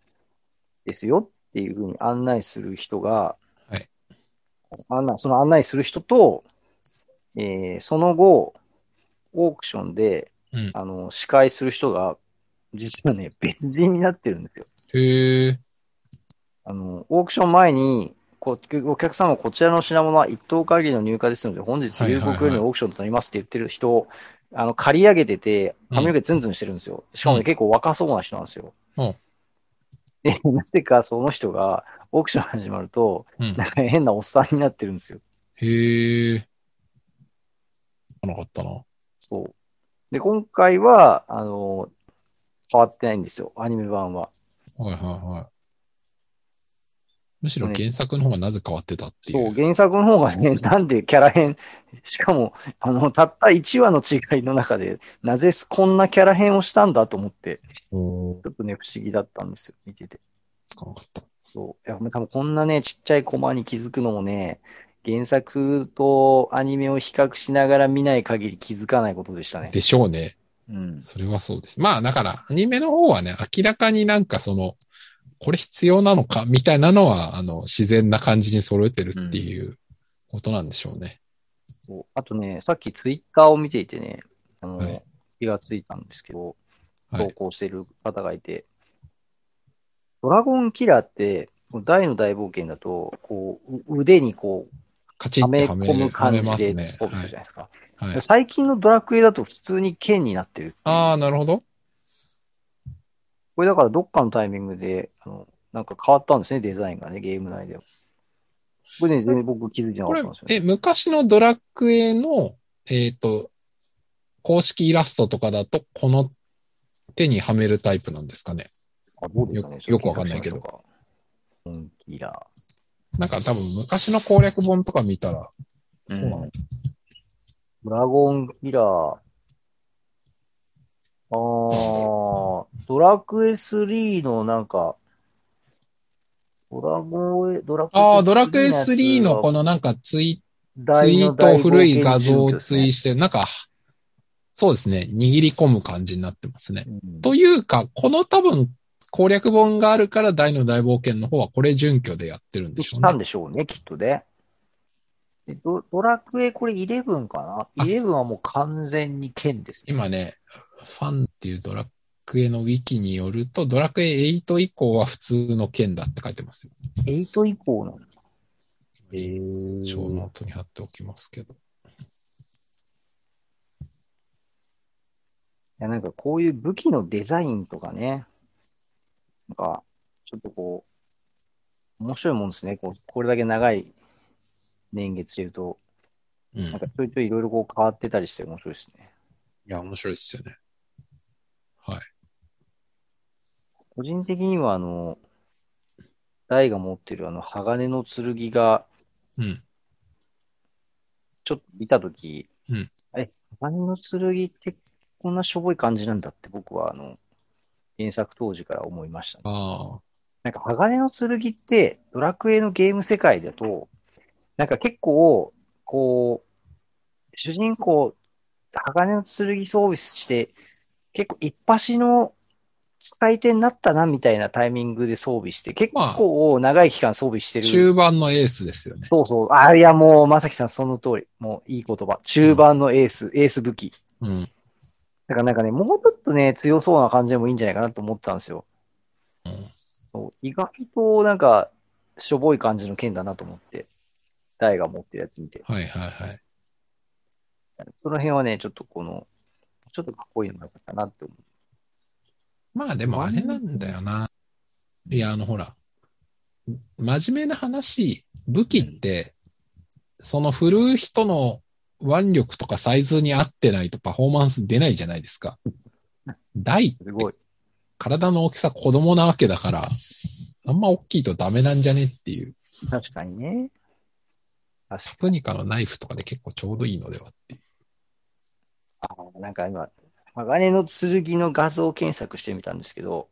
ですよっていうふうに案内する人が、はい案内その案内する人と、えーその後、オークションで、うん。あの、司会する人が、実はね、別人になってるんですよ。へえ。あの、オークション前に、こお客様、こちらの品物は一等限りの入荷ですので、本日はい入はいは国いよりのオークションとなりますって言ってる人を、あの、借り上げてて、うん髪の毛ツンツンしてるんですよ。しかもね、うん結構若そうな人なんですよ。うんで、なぜかその人が、オークション始まると、うんな。んか変なおっさんになってるんですよ。へえ。来なかったな。そう。で、今回は、あの、変わってないんですよ、アニメ版は。はいはいはい。むしろ原作の方がなぜ変わってたってい。そうう、原作の方がね、 *laughs* なんでキャラ変、しかも、あの、たった1話の違いの中で、なぜこんなキャラ変をしたんだと思って、そう。ちょっとね、不思議だったんですよ、見てて。つかなかった。そう。いや、多分こんなね、ちっちゃいコマに気づくのもね、原作とアニメを比較しながら見ない限り気づかないことでしたね。でしょうね。うん。それはそうです。まあだから、アニメの方はね、明らかになんかその、これ必要なのかみたいなのは、あの、自然な感じに揃えてるっていうことなんでしょうね。そうあとね、さっきツイッターを見ていてね、あの、はい気がついたんですけど、は投い。稿してる方がいて、ドラゴンキラーって、この大の大冒険だと、こう、う腕にこう、カチはッめてはめ込むは感めじますでね突っ。込むじはい。ゃないですか。はい、最近のドラクエだと普通に剣になってる。ああ、なるほど。これだからどっかのタイミングで、あの、なんか変わったんですね、デザインがね、ゲーム内では。これね、全然僕気づいてなこかっれたんですよ、、え、ね。昔のドラクエの、えっ、と、公式イラストとかだと、この手にはめるタイプなんですかね。あどうですかねよよくわかんないけど。ちょっと検索しましょうかドラゴンキラなんか多分昔の攻略本とか見たら、ー。そうなの、んドラゴンキラー。あー、ドラクエ3のなんか、ドラゴンエ、ドラクエ3ああ、ドラクエ3のこのなんかツイ、ツ大イのート、大冒険古い画像を準拠ですツねイして、なんか、そうですね、握り込む感じになってますね。うんというか、この多分攻略本があるから大の大冒険の方はこれ準拠でやってるんでしょうなんね。でしょうね、きっとね。でドドラクエ、これ11かな ?11 はもう完全に剣ですね。今ね、ファンっていうドラクエのウィキによると、ドラクエ8以降は普通の剣だって書いてますよ。 8以降なんだ。え小ー、ノートに貼っておきますけど。いやなんかこういう武器のデザインとかね、なんか、ちょっとこう、面白いもんですね。こうこれだけ長い年月してると、うん。なんいかちょいちょいいろいろこう変わってたりして面白いですね。や、面白いですよね。はい。個人的には、あの、ダイが持ってるあの、鋼の剣が、うん。ちょっと見たとき、うんえ、鋼の剣ってこんなしょぼい感じなんだって僕は、あの、原作当時から思いましたね。ああ、なんか、鋼の剣って、ドラクエのゲーム世界だと、なんか結構、こう、主人公、鋼の剣装備して、結構一発の使い手になったな、みたいなタイミングで装備して、結構長い期間装備してる。中盤のエースですよね。そうそう。あ、いや、もう、まさきさん、その通り。もう、いい言葉。中盤のエース、エース武器。うん。だからなんかね、もうちょっとね、強そうな感じでもいいんじゃないかなと思ったんですよ。うんそう意外となんか、しょぼい感じの剣だなと思って、ダイが持ってるやつ見て。はいはいはい。その辺はね、ちょっとこの、ちょっとかっこいいのが良かったなって思まあでもあれなんだよな。いや、あのほら、真面目な話、武器って、その振るう人の腕力とかサイズに合ってないとパフォーマンス出ないじゃないですか。大う。すごい。体の大きさ子供なわけだから、あんま大きいとダメなんじゃねっていう。確かにね。確かプニカのナイフとかで結構ちょうどいいのではっていう。に。あなんか今、鋼の剣の画像検索してみたんですけど、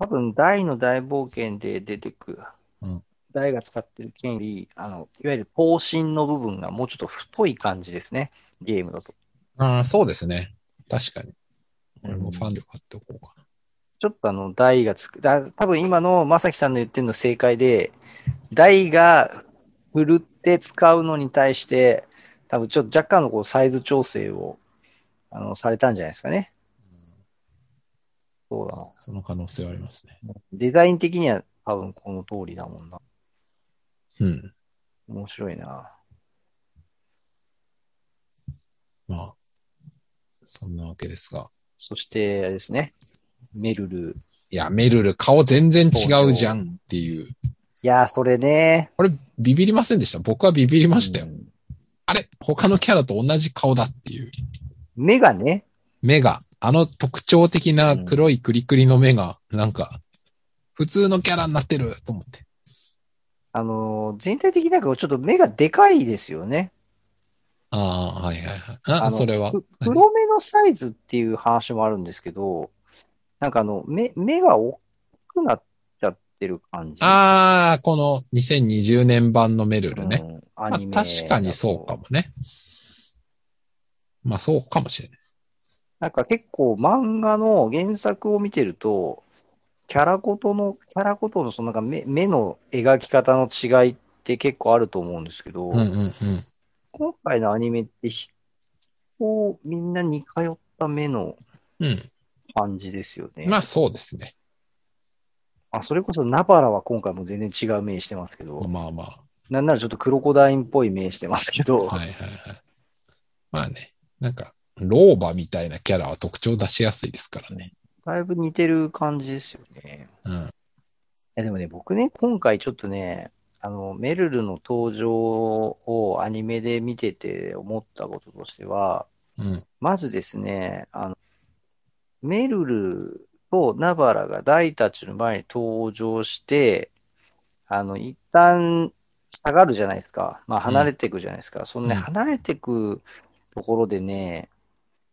多分、大の大冒険で出てくうん、大が使ってる剣より、あの、いわゆる刀身の部分がもうちょっと太い感じですね。ゲームだと。ああ、そうですね。確かに。俺もファンで買っておこうかな。ちょっとあの、台がつく、だ多分今の正樹さんの言ってるの正解で、台が振るって使うのに対して、多分ちょっと若干のこうサイズ調整をあのされたんじゃないですかね。そうだな。その可能性はありますね。デザイン的には多分この通りだもんな。うん。面白いな。まあ、そんなわけですが。そして、あれですね。メルル。いや、メルル顔全然違うじゃんっていう。いやー、それね。これ、ビビりませんでした。僕はビビりましたよ。うんあれ他のキャラと同じ顔だっていう。目がね、目が、あの特徴的な黒いクリクリの目が、なんか、普通のキャラになってると思って。あのー全体的になんかちょっと目がでかいですよね。ああ、はいはいはい。ああ、のそれは。く黒目のサイズっていう話もあるんですけど、なんかあの、目、目が大きくなっちゃってる感じ。ああ、この2020年版のメルうルん、ね。アまあニメ、確かにそうか。もね。まあそうかもしれない。なんか結構漫画の原作を見てると、キャラごとの、キャラごとのそのなんか目目の描き方の違いって結構あると思うんですけど、うんうんうん。今回のアニメって、こう、みんな似通った目のうん。感じですよね。まあそうですね。あ、それこそナバラは今回も全然違う目してますけど、まあまあ。なんならちょっとクロコダインっぽい目してますけど、はいはいはい。まあね。なんか、老婆みたいなキャラは特徴出しやすいですからね。だいぶ似てる感じですよね。うん。いやでもね、僕ね、今回ちょっとね、あの、メルルの登場をアニメで見てて思ったこととしては、うん。まずですね、あの、メルルとナバラが大たちの前に登場して、あの、一旦下がるじゃないですか。まあ、離れていくじゃないですか。そのね、うん離れていくところでね、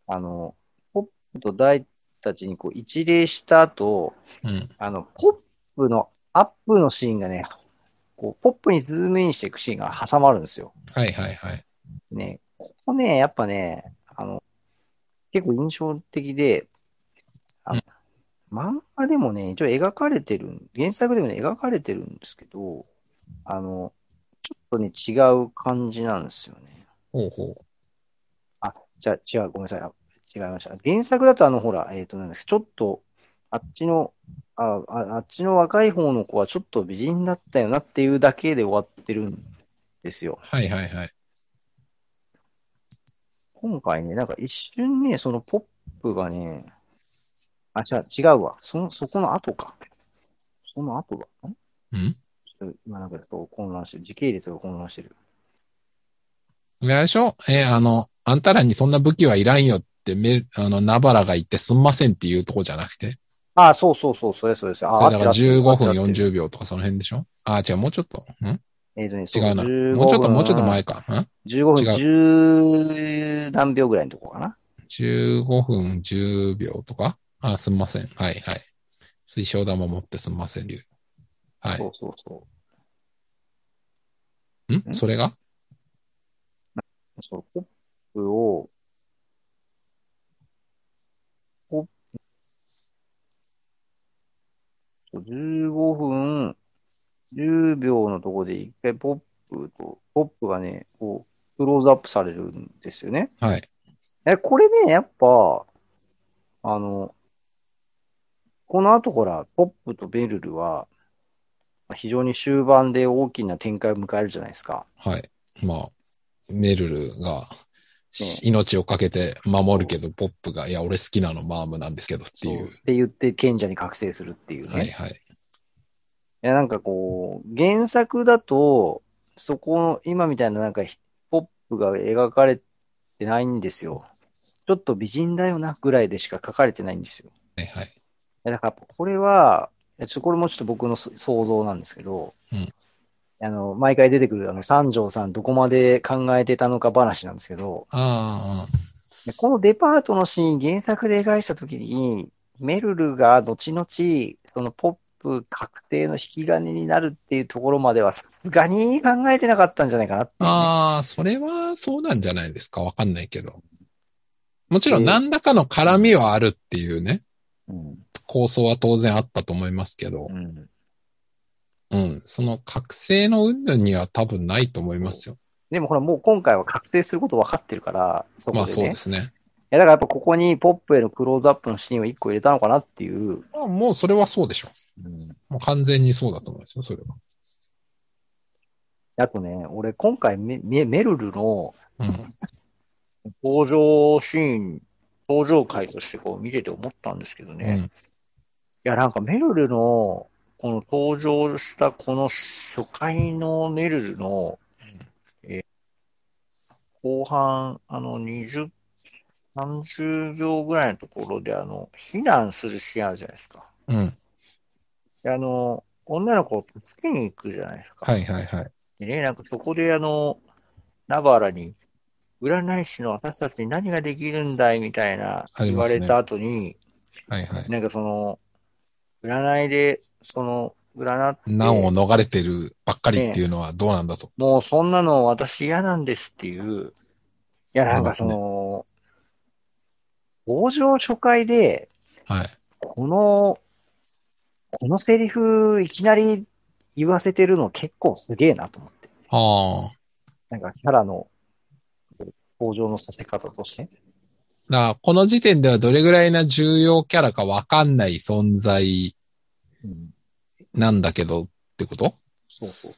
あの、ポップと大たちにこう一礼した後、うん。あの、ポップのアップのシーンがね、こう、ポップにズームインしていくシーンが挟まるんですよ。はいはいはい。ね、ここね、やっぱね、あの、結構印象的で、あうん漫画でもね、一応描かれてる、原作でもね、描かれてるんですけど、あの、ちょっとね、違う感じなんですよね。ほうほあ、じゃあ、違う、ごめんなさい。あ違いました。原作だと、あの、ほら、えっ、と、なんですちょっと、あっちの、ああ、あっちの若い方の子はちょっと美人だったよなっていうだけで終わってるんですよう。。はいはいはい。今回ね、なんか一瞬ね、そのポップがね、あ、違う、違うわ。その、そこの後か。その後だ。んうんちょっと今なんかちょっと混乱してる。時系列が混乱してる。あれでしょえーあの、あんたらにそんな武器はいらんよって、め、あの、ナバラが言ってすんませんっていうとこじゃなくて。あ、そうそうそう、それそれそれ。あ、それだから15分40 40秒とかその辺でしょあー、違う、もうちょっと。んえっ、とね、違そうな。 15もうちょっと、分もうちょっと前か。ん15分10何秒ぐらいのとこかな。 15分10秒とかあ、すんません。はいはい。水晶玉持ってすんませんではそうい。そうそんそれがう。そう、ポップを、ポップ、そう15分10秒のとこで一回ポップと、ポップがね、こう、クローズアップされるんですよね。はい。え、これね、やっぱ、あの、この後ほら、ポップとベルルは、非常に終盤で大きな展開を迎えるじゃないですか。はい。まあ、メルルが、し命をかけて守るけど、ポップが、いや、俺好きなのマームなんですけどっていそうう。って言って賢者に覚醒するっていうね。はいいはい。や、なんかこう、原作だと、そこの、今みたいななんかヒ、ポップが描かれてないんですよ。ちょっと美人だよなぐらいでしか書かれてないんですよ。はいはい。いやだから、これは、いやちょこれもちょっと僕のそ想像なんですけど、うんあの、毎回出てくる、あの、三条さんどこまで考えてたのか話なんですけど、あでこのデパートのシーン、原作で描いたときに、メルルが後々、そのポップ確定の引き金になるっていうところまでは、さすがに考えてなかったんじゃないかなってあ、いうね、ああ、それはそうなんじゃないですか。わかんないけど。もちろん何らかの絡みはあるっていうね、うん構想は当然あったと思いますけど。うんうん。その覚醒の云々には多分ないと思いますよ。でもほら、もう今回は確定すること分かってるから、そまこあでそうね。でいすね。や、だからやっぱここにポップへのクローズアップのシーンを1個入れたのかなっていう。まあもうそれはそうでしょ。うんもう完全にそうだと思いますよ、それは。あとね、俺今回メ、メメルルのうん。登場シーン、登場回としてこう見てて思ったんですけどね。うん。いや、なんかメルルの、この登場したこの初回のメルルの、えー後半、あの、20、30秒ぐらいのところで、あの、避難するシーンあるじゃないですか。うん。であの、女の子を助けに行くじゃないですか。はいはいはい。でね、なんかそこで、あの、ナバラに、占い師の私たちに何ができるんだいみたいなあり言まわすねれた後に、はいはい。なんかその、占いで、その、占って、難を逃れてるばっかりっていうのはどうなんだと。もうそんなの私嫌なんですっていう、いや、なんかその、登場初回で、はい。この、このセリフいきなり言わせてるの結構すげえなと思って。ああ。なんかキャラの登場のさせ方として。だからこの時点ではどれぐらいな重要キャラかわかんない存在うん、なんだけどってことそうそ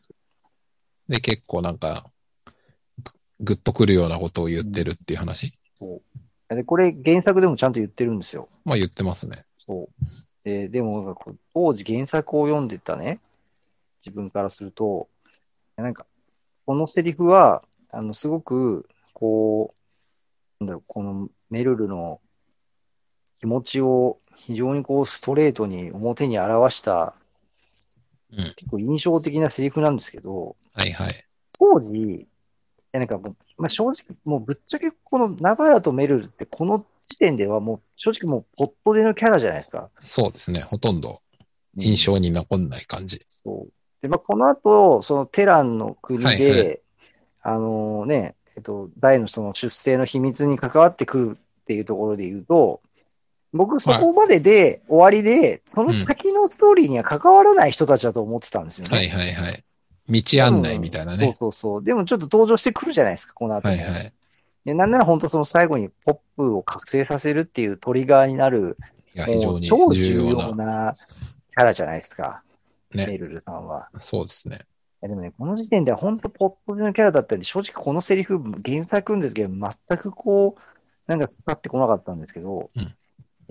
う。で、結構なんか、ぐぐっとくるようなことを言ってるっていう話。そうで、これ原作でもちゃんと言ってるんですよ。まあ言ってますね。そう。で、でもなんかこう、当時原作を読んでたね、自分からすると、なんか、このセリフは、あの、すごく、こう、なんだろう、このメルルの気持ちを非常にこう、ストレートに表に表した、うん結構印象的なセリフなんですけど、はいはい。当時、いやなんかもう、まあ、正直、もうぶっちゃけこのナバラとメルルってこの時点ではもう正直もうポットでのキャラじゃないですか。そうですね。ほとんど印象に残んない感じ。そう。で、まあ、この後、そのテランの国で、はいはあのね、えっと、大のその出生の秘密に関わってくるっていうところで言うと、僕そこまでで終わりで、その先のストーリーには関わらない人たちだと思ってたんですよね。はいはいはい。道案内みたいなそうね。そうそう。でもちょっと登場してくるじゃないですか、この後はも。いはい。でなんなら本当その最後にポップを覚醒させるっていうトリガーになる、いや、もう非常に超重重要要な。なキャラじゃないですか。ねメルルさんは。そうですね。いやでもね、この時点では本当ポップのキャラだったんで、正直このセリフ原作んですけど、全くこう、なんか刺さってこなかったんですけど、うん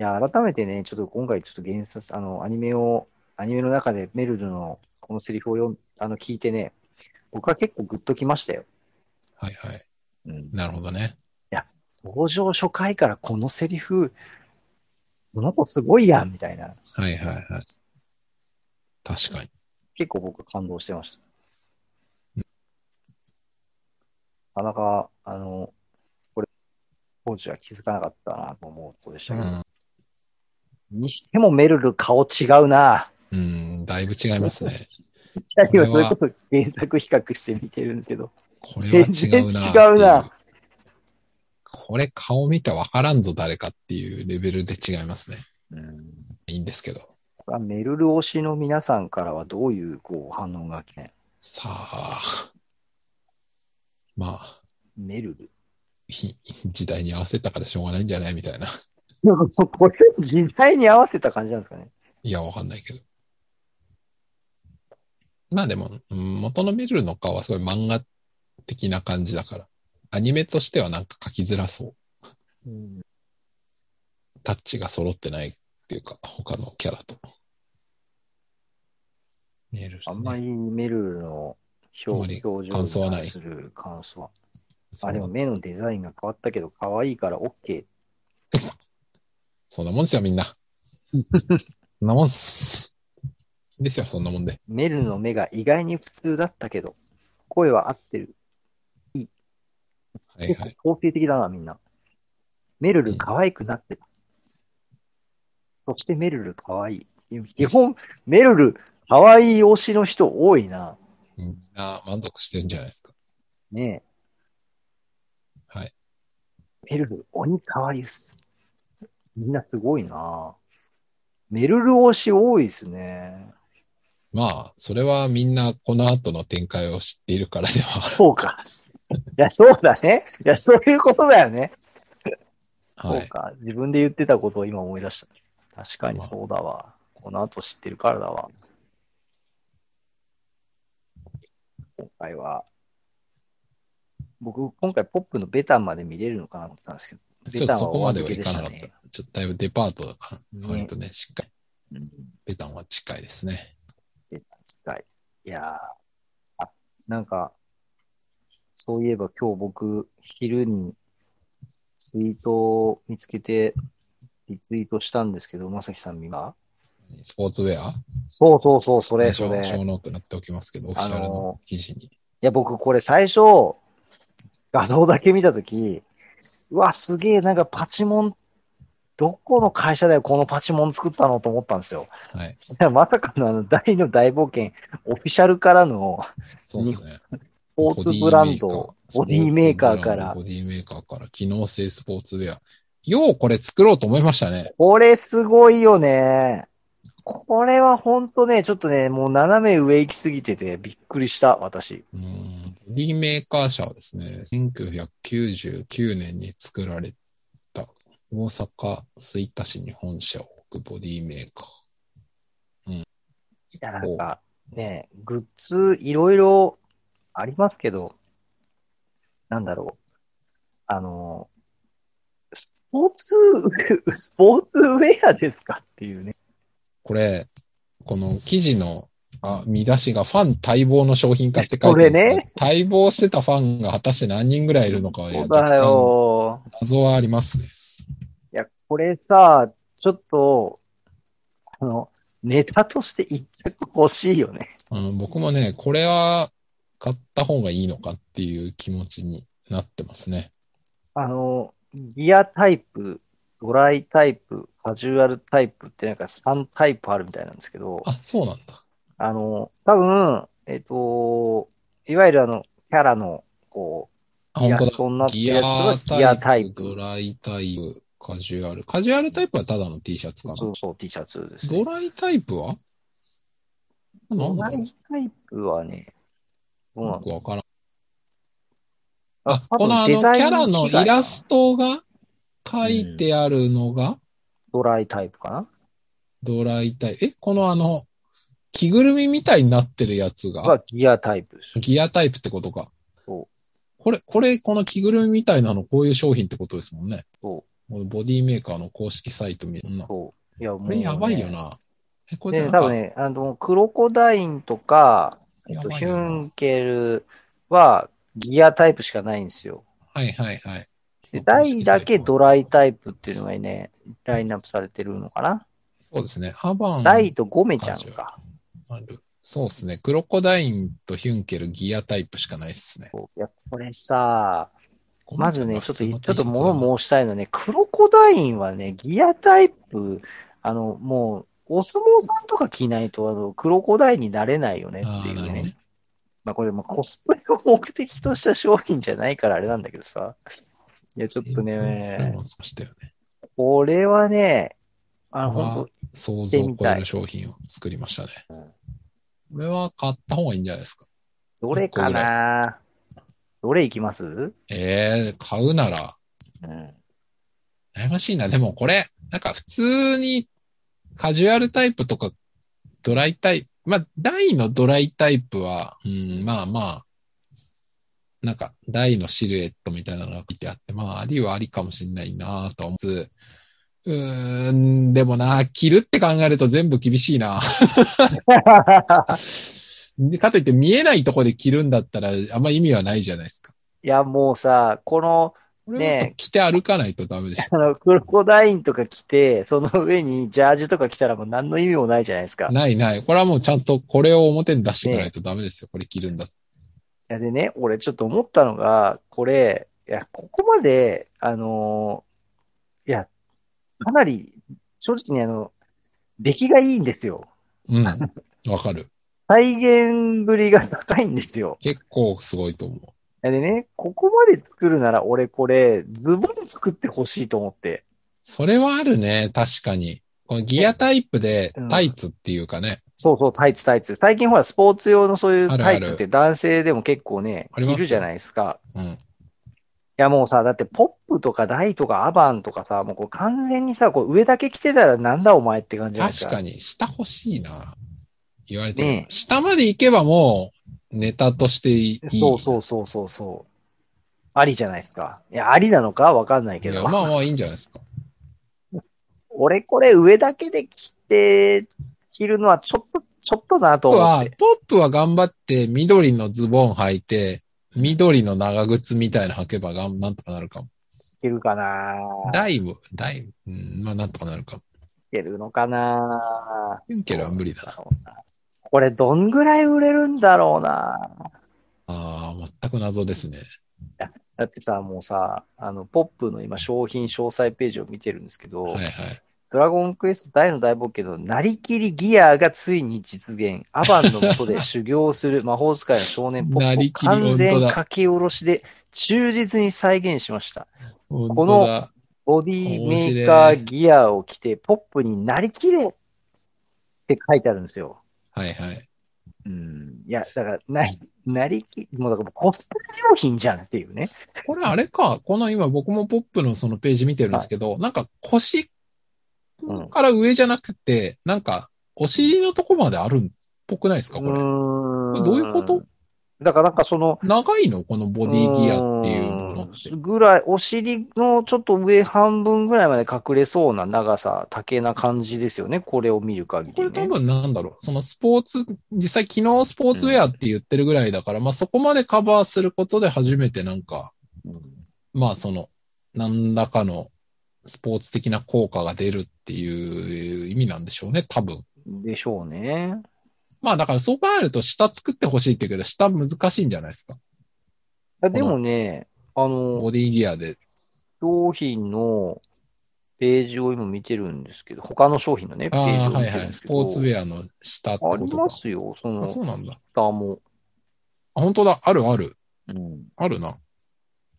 いや、改めてね、ちょっと今回ちょっと原作、あの、アニメを、アニメの中でメルルのこのセリフを読んあの聞いてね、僕は結構グッときましたよ。はいはい。うん、なるほどね。登場初回からこのセリフ、この子すごいやんみたいな、はいはいはい。確かに。結構僕は感動してました。なかなか、あの、これ、当時は気づかなかったなと思うとでしうたけど、ん。にしてもメルル顔違うな。うん、だいぶ違いますね。二人はこそれれはこそ原作比較して見てるんですけど、これは違うなってい全然違うなこれ顔見てわからんぞ誰かっていうレベルで違いますね。うん、いいんですけど。これはメルル推しの皆さんからはどういうこう反応が来てさあ。まあ、メル *laughs* ル。ひ時代に合わせたからしょうがないんじゃないみたいな。なんかこれ、時代に合わせた感じなんですかね。いや、わかんないけど。まあでも、うん元のメルルの顔はすごい漫画的な感じだから。アニメとしてはなんか描きづらそう。うんタッチが揃ってないっていうか、他のキャラと。メルル、ね。あんまりメルルの表あ表情感想はにない関する感想は。そあ、んでなも目のデザインが変わったけど、可愛いから OK。そんなもんですよ、みんな。そんなもんっす。いいですよ、そんなもんで。メルルの目が意外に普通だったけど、声は合ってる。はいはい。構成的だな、みんな。メルル可愛くなってた。そしてメルル可愛い。基本、メルル可愛い推しの人多いな。みんな満足してるんじゃないですか。ねえ。はい。メルル、鬼可愛いっす。みんなすごいなメルル推し多いですね。まあ、それはみんなこの後の展開を知っているからではそうか。いや、そうだね。いや、そういうことだよね。ある。はそうい。か。自分で言ってたことを今思い出した。確かにそうだわ。この後知ってるからだわ。今回は、僕、今回ポップのベタンまで見れるのかなと思ったんですけど、ちょっとそこまではいかなかっベタンはお預けでしたねた。ちょっとだいぶデパートだから、ね割とね、しっかり。うん、ベタンは近いですね。いやーあ、なんか、そういえば今日僕、昼にツイートを見つけて、リツイートしたんですけど、まさきさん見まスポーツウェアそうそうそう、そこれ、それ。小いノートになっておきますけど、オフィシャルの記事に。や、僕これ最初、画像だけ見たとき、うわ、すげえ、なんかパチモン、どこの会社だよ、このパチモン作ったのと思ったんですよ。 *laughs* はい。そしたらまさかのあの、大の大冒険、オフィシャルからの、そうですね。スポーツブランド、ボディメーカーからボ、ディメーカーから、機能性スポーツウェア。ようこれ作ろうと思いましたね。これすごいよね。これはほんとね、ちょっとね、もう斜め上行きすぎててびっくりした、私。うん。ボディメーカー社はですね、1999年に作られた大阪吹田市に本社を置くボディメーカー。うん。いや、なんかね、グッズいろいろありますけど、なんだろう。あの、スポーツ、 *laughs* スポーツウェアですかっていうね。これ、この記事のあ見出しがファン待望の商品化って書いこてるれんですけどね待望してたファンが果たして何人ぐらいいるのかはそう若だ干よ。謎はありますね。いや、これさ、ちょっと、あの、ネタとして一着欲しいよね。うん、僕もね、これは買った方がいいのかっていう気持ちになってますね。あの、ギアタイプ、ドライタイプ、カジュアルタイプってなんか3タイプあるみたいなんですけど、あ、そうなんだ。あの、多分、えっと、いわゆるあの、キャラの、こあ、う、イ本ラ当スだ。トになってるギやつはギアアタタイイププ、。ドライタイプ、カジュアル。カジュアルタイプはただの T シャツかな。そうそう、T シャツです、ねド。ライタイプはなんだドラろうイタイプはね、どうなよのくわからん。ああ、このあの、キャラのイラストが書いてあるのがト。ドライタイプかなドライタイプ。え、このあの、着ぐるみみたいになってるやつがはギアタイプです。ギアタイプってことか。そうこれ、これ、この着ぐるみみたいなの、こういう商品ってことですもんね。そもうボディメーカーの公式サイト見るう、な。こそう。いや、もう、れやばいよ。な。え、これね、なん多分か、ね、あの、クロコダインとか、えっやと、ばいヒよュなンケルはギアタイプしかないんですよ。はいはいはい。で、ダイだけドライタイプっていうのがね、ラインナップされてるのかな。そうですね。アバン。ダイとゴメちゃんか。ある。そうですね。クロコダインとヒュンケルギアタイプしかないですね。そういや、これさ、まずね、ちょっと、ちょっとも物申したいのはね、クロコダインはね、ギアタイプ、あの、もう、お相撲さんとか着ないと、あの、クロコダインになれないよねあっていーなるうほどね。ね。まあこれ、まあコスプレを目的とした商品じゃないからあれなんだけどさ。いや、ちょっとそういうねの、を作ったよね。これはね、あの、これは本想像を超える商品を作りましたね。これは買った方がいいんじゃないですか。当どれかなどれいきますうん。ええ買うなら、 *laughs* 悩ましいな。でもこれ、なんか普通にカジュアルタイプとかドライタイプ、まあ、大のドライタイプは、うん、まあまあ、なんか、大のシルエットみたいなのが書いてあって、まあ、ありはありかもしんないなとは思いつつ、うーん、でもな、着るって考えると全部厳しいな。でかといって見えないとこで着るんだったら、あんま意味はないじゃないですか。いや、もうさ、この、これはもっと着て歩かないとダメでしょ。あの、クロコダインとか着て、その上にジャージとか着たらもう何の意味もないじゃないですか。いないない。これはもうちゃんとこれを表に出していかないとダメですよ。これ着るんだったらや、でね、俺ちょっと思ったのが、これ、いや、ここまで、あのーいや、かなり、正直にあの、出来がいいんですよ。うん。わかる。再現ぶりが高いんですよ。結構すごいと思う。いやでね、ここまで作るなら俺これ、ズボン作ってほしいと思って。それはあるね。確かに。このギアタイプでうんタイツっていうかね。そうそう、タイツ、タイツ。最近ほら、スポーツ用のそういうあるタイツって男性でも結構ね、あります着るじゃないですか。うん。いやもうさ、だってポップとかダイとかアバンとかさ、もうこう完全にさ、こう上だけ着てたらなんだお前って感じじゃないです確か。かに、下欲しいな。言われてる、ねえ下まで行けばもう、ネタとしていい。そうそうそうそうそう。ありじゃないですか。いや、ありなのかわかんないけいやど。まあまあいいんじゃないですか。俺これ上だけで着て、着るのはちょっと、ちょっとなあとと思っはて。、ポップは頑張って、緑のズボン履いて、緑の長靴みたいなの履けばがん、なんとかなるかも。着るかなダイブ、ダイブ、うん、まあなんとかなるかも。いけるのかなユンケルは無理だな。これどんぐらい売れるんだろうなああ、全く謎ですね。だってさ、もうさ、あの、ポップの今商品詳細ページを見てるんですけど、はいはい。ドラゴンクエスト大の大冒険のなりきりギアがついに実現。アバンの *laughs* 下で修行する魔法使いの少年ポなップりをきり本当だ完全書き下ろしで忠実に再現しました。このボディメーカーギアを着て、ポップになりきれって書いてあるんですよ。はいはい。うん。いや、だから、な、なりき、もうだからもうコスプレ商品じゃんっていうね。これあれか、この今僕もポップのそのページ見てるんですけど、なんか腰から上じゃなくて、なんかお尻のとこまであるっぽくないですかこれ。ーんこれどういうことだからなんかその、長いのこのボディギアっていうものっうて。ーんぐらい、お尻のちょっと上半分ぐらいまで隠れそうな長さ、丈な感じですよね。これを見る限こりれ多ね。分なんだろう。そのスポーツ、実際昨日スポーツウェアって言ってるぐらいだから、まあそこまでカバーすることで初めてなんか、うんまあその、何らかのスポーツ的な効果が出るっていう意味なんでしょうね、多分。でしょうね。まあだからそう考えると下作ってほしいって言うけど、下難しいんじゃないですか。いやでもね、あの、ボディギアで。商品の、ページを今見てるんですけど、他の商品のね、ペあーあジー、をは見いてるはんでい。すスけポど。ーツウェアの下ってあこりとまか。すよ、そあ、の、そうなんだ。下も。あ、本当だ。あるある。うん。あるな。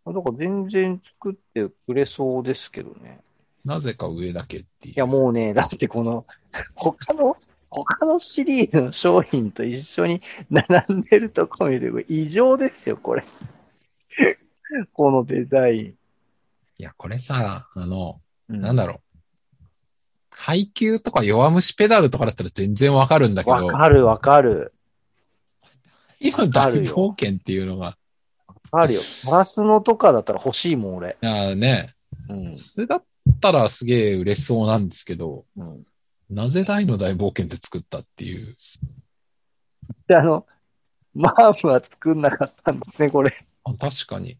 だから全然作ってくれそうですけどね。なぜか上だけっていう。いや、もうね、 *laughs* だってこの、他の、他のシリーズの商品と一緒に並んでるとこ見て、これ異常ですよ、これ。 *laughs* このデザイいや、これさ、あの、ン。なんだろう。配給とか弱虫ペダルとかだったら全然わかるんだけわど、かる、わかる。今わか大るよ冒険っていうのが、わかるよ。ガラスのとかだったら欲しいもん、俺。あーね、うん。それだったらすげえ嬉しそうなんですけど、うん。なぜ大の大冒険って作ったっていう。で、あの、マームは作んなかったんですね、これ。あ、確かに。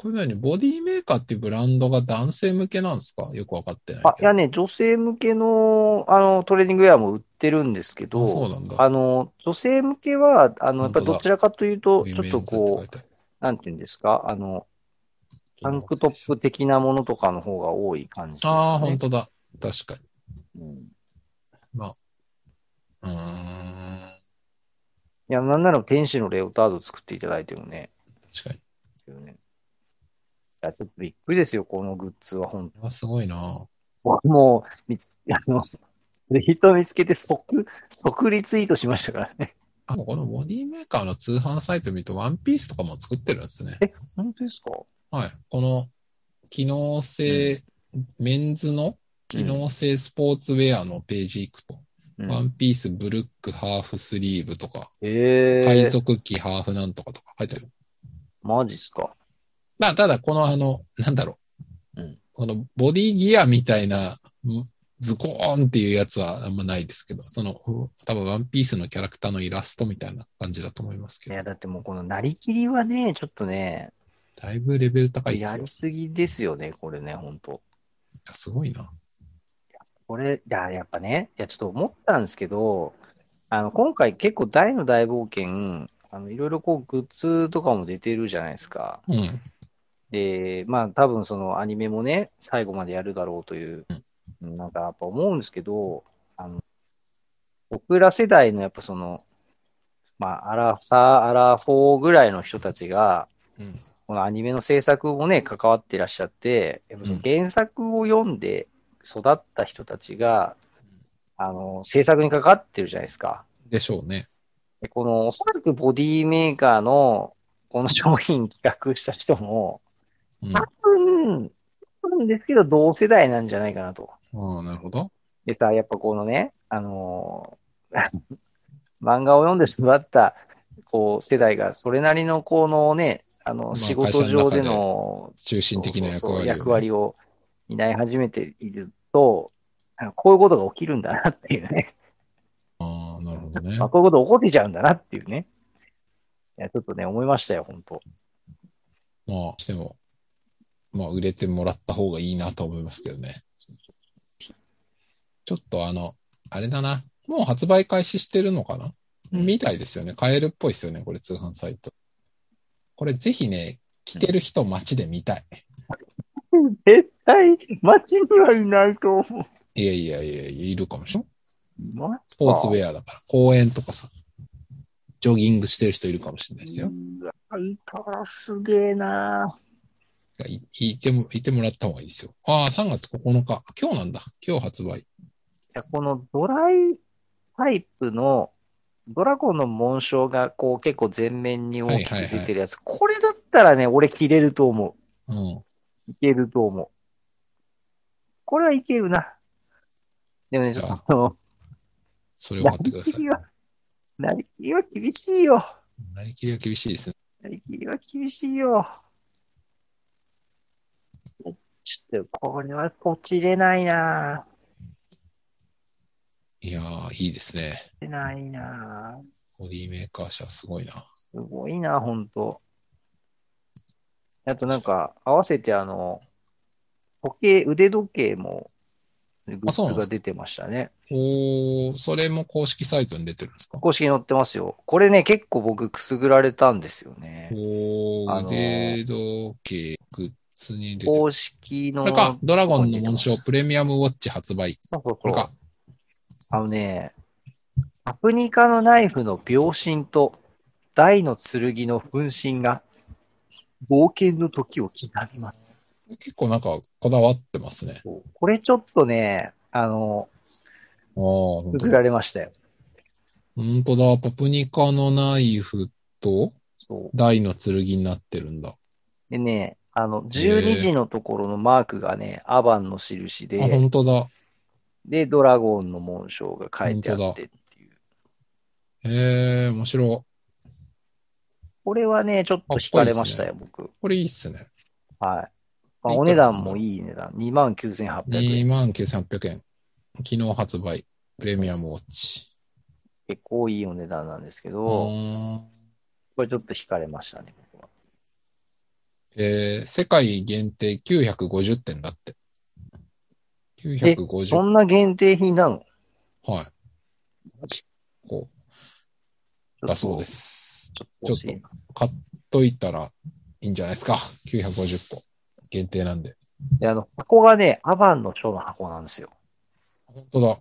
これ何ボディメーカーっていうブランドが男性向けなんですかよくわかってないあ、いけど。やね、女性向けの、あの、トレーニングウェアも売ってるんですけあそうど、なんだ。あの、女性向けは、あの、やっぱ本当だどちらかというと、ウィちょっメンズとって書こ、いうてあるなんていうんですか、あの、タンクトップ的なものとかの方が多い感じですね。ああ、本当だ。確かに。うんうーん。いや、なんなら天使のレオタード作っていただいてもね。確かに。いや、ちょっとびっくりですよ、このグッズは、本当これはすごいな僕もう、みつあの、ツイート見つけて即、 *laughs* 即リツイートしましたからね。あ、このボディメーカーの通販サイト見ると、ワンピースとかも作ってるんですね。本当ですかはい。この、機能性、メンズの機能性スポーツウェアのページ行くと、うんワンピース、ブルック、ハーフスリーブとか、ええ海賊機、ハーフなんとかとか書いてある。マジっすかまあ、ただ、このあの、なんだろう。うんこのボディギアみたいな、んズコーンっていうやつはあんまないですけど、その、多分ワンピースのキャラクターのイラストみたいな感じだと思いますいけどや、、だってもうこのなりきりはね、ちょっとね、だいぶレベル高いっすやより。すぎですよね、これね、本当すごいな。これ、いや、やっぱね、いや、ちょっと思ったんですけど、あの、今回結構大の大冒険、あの、いろいろこう、グッズとかも出てるじゃないですか。うん。で、まあ、多分そのアニメもね、最後までやるだろうという、なんかやっぱ思うんですけど、あの、僕ら世代のやっぱその、まあ、アラサー、アラフォーぐらいの人たちが、うんこのアニメの制作もね、関わっていらっしゃって、やっぱその原作を読んで育った人たちが、あの、制作に関わってるじゃないですか。でしょうね。でこの、おそらくボディメーカーの、この商品企画した人も、うん。多分、多分ですけど、同世代なんじゃないかなと。ああ、なるほど。でさ、やっぱこのね、あの *laughs* ー漫画を読んで育った、こう、世代が、それなりの、このね、あまの、あ仕事上での、中心的な役そうそうそう割をね、役割を担い始めていると、あのこういうことが起きるんだなっていうね、ああ、なるほどねまあ、。こういうこと起こってちゃうんだなっていうね。いや、ちょっとね、思いましたよ、本当まあ、しても、まあ、売れてもらった方がいいなと思いますけどね。ちょっとあの、あれだな。もう発売開始してるのかなみたいですよね。買えるっぽいですよね。これ通販サイト。これぜひね、来てる人街で見たい。絶対、街にはいないと思う。いやいやいやいや、いるかもしれん。いますスポーツウェアだから、公園とかさ、ジョギングしてる人いるかもしれないですよ。うわいたらすげえなぁいいても、いてもらった方がいいですよ。ああ、3月9日。今日なんだ。今日発売。いやこのドライタイプのドラゴンの紋章がこう結構前面に大きくはいはいはい出てるやつ、これだったらね、俺着れると思うん。う。いけると思う。これはいけるな。でもね、ちょっじゃあとあの、それをな買ってくだりさきりい。は、なりきりは厳しいよ。なりきりは厳しいですね。なりきりは厳しいよ。ちょっと、これはポチれないないやー、いいですね。ぁ。ないなぁ。ボディメーカー社すごいな。すごいな、ほんと。あとなんか、合わせてあの、時計、腕時計も、グあそうッなんでズがすか出てましたね。おー、それも公式サイトに出てるんですか公式に載ってますよ。これね、結構僕くすぐられたんですよね。おあー、のー腕時計、グッ通に出てる。公式の。これか、ドラゴンの紋紋章章プレミアムウォッチ発売。これか。あのね、アプニカのナイフの秒針と、大の剣の分身が、冒険の時を刻みます。結構なんかこだわってますね。これちょっとね、あの、ああ、本当くぐだら。れましたよ。本当だ。パプニカのナイフとそう。大の剣になってるんだ。でね、あの、へ12え時のところのマークがね、アバンの印あ、で、本当だ。で、ドラゴンの紋章が書いてあほっんとてっていう。へえ、面白い。これはね、ちょっと惹かれましたよ、僕。これいいっすね。はい。まあ、いいとお思いま値す段もいい値段。29,800円。 29,800円。昨日発売。プレミアムウォッチ。結構いいお値段なんですけうど、ーんこれちょっと惹かれましたね、僕は。えー、世界限定950点だって。え、 950そんな限定品なのはい。こう、だそうで。す。ちょっと欲しいな買っといたらいいんじゃないですか。950個。限定なんで。で、あの、箱がね、アバンの書の箱なんですよ。本当だ。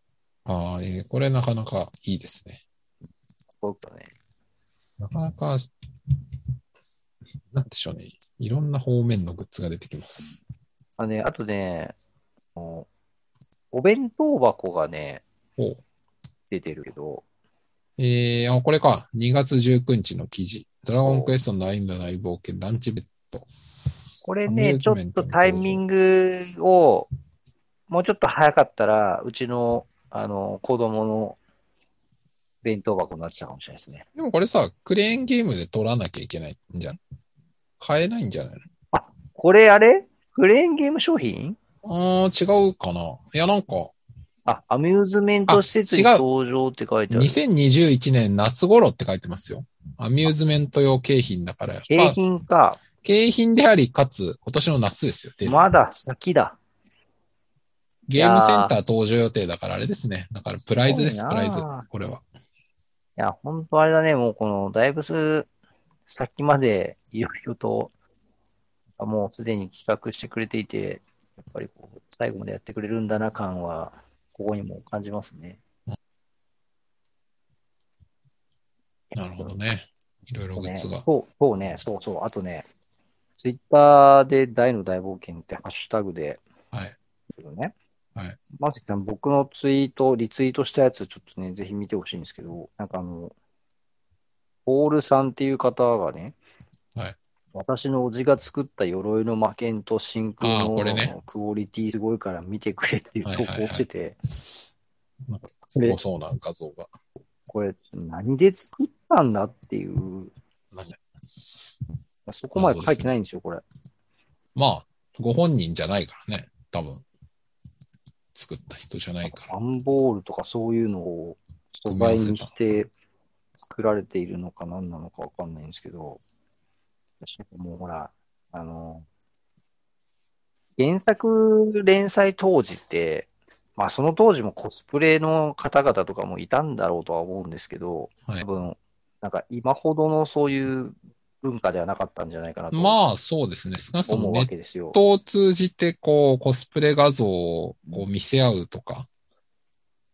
あーえーこれなかなかいいですね。僕とね。なかなか、なんでしょうね。いろんな方面のグッズが出てきます。あのね、あとね、あのお弁当箱がね、おう出てるけど、えー、あ、これか。2月19日の記事。ドラゴンクエストの大の大冒険ランチベッこれアミュね、ーちょズっメントとのタイミングを、もうちょっと早かったら、うちの、あの、子供の弁当箱になってたかもしれないですね。ド。でもこれさ、クレーンゲームで取らなきゃいけないんじゃん。買えないんじゃないこれあれクレーンゲーム商品のあー、違うかな。いや、なんか、あ、アミューズメント施設にあ違う登場って書いてある。 2021年夏頃って書いてますよ。アミューズメント用景品だから、やっ景ぱ品か。景品であり、かつ、今年の夏ですよ。でまだ先だ。ゲームセンター登場予定だから、あれですね。だから、プライズですす、ごプいなライあズ。これは。いや、ほんとあれだね、もうこの、だいぶす、先までいろいろと、もうすでに企画してくれていて、やっぱりこう、最後までやってくれるんだな感は、ここにも感じますね。なるほどね。いろいろグッズが。そう、そうね、そうそう。あとね、ツイッターで大の大冒険ってハッシュタグで、はい。ね。はい。まさきさん、僕のツイート、リツイートしたやつ、ちょっとね、ぜひ見てほしいんですけど、なんかあの、ポールさんっていう方がね、はい私のおじが作った鎧の魔剣と真空あーのこれねクオリティすごいから見てくれっていうはい投はいはい稿してて、すごそうな画像が。これ何で作ったんだっていう、何そこまで書いてないんですよ、これ。まあ、ご本人じゃないからね。多分。作った人じゃないから。段ボールとかそういうのを素材にして作られているのか何なのかわかんないんですけど、私もうほら、あの、原作連載当時って、まあその当時もコスプレの方々とかもいたんだろうとは思うんですけど、はい多分、なんか今ほどのそういう文化ではなかったんじゃないかなとまあ、そうですね。少なくと思もうネわッけですよ。人を通じて、こう、コスプレ画像をこう見せ合うとか、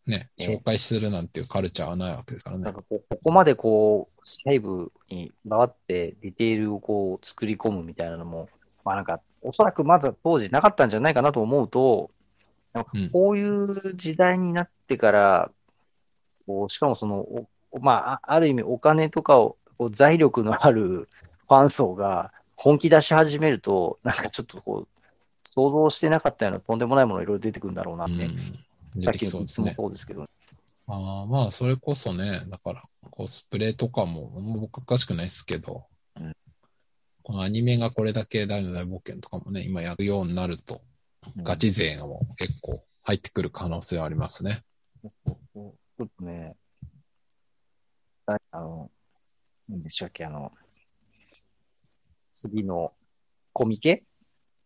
ね、ね紹介するなんていうカルチャーはないわけですからなねん。かこう、ここまでこう、細部に回ってディテールをこう作り込むみたいなのも、まあなんか、おそらくまだ当時なかったんじゃないかなと思うと、なんかうんこういう時代になってから、こうしかもその、おまあ、あある意味お金とかを、こう財力のある *laughs* ファン層が本気出し始めると、なんかちょっとこう、想像してなかったようなとんでもないものいろいろ出てくるんだろうなっうて、ん。出さってききのそうグッでズすもね。そうですけど、あーまあ、それこそね、だから、コスプレとかも、もう僕おかしくないですけど、うんこのアニメがこれだけ大の大冒険とかもね、今やるようになると、ガチ勢がもう結構入ってくる可能性はありますね。ちょっとね、ああの、何でしたっけ、あの、次のコミケ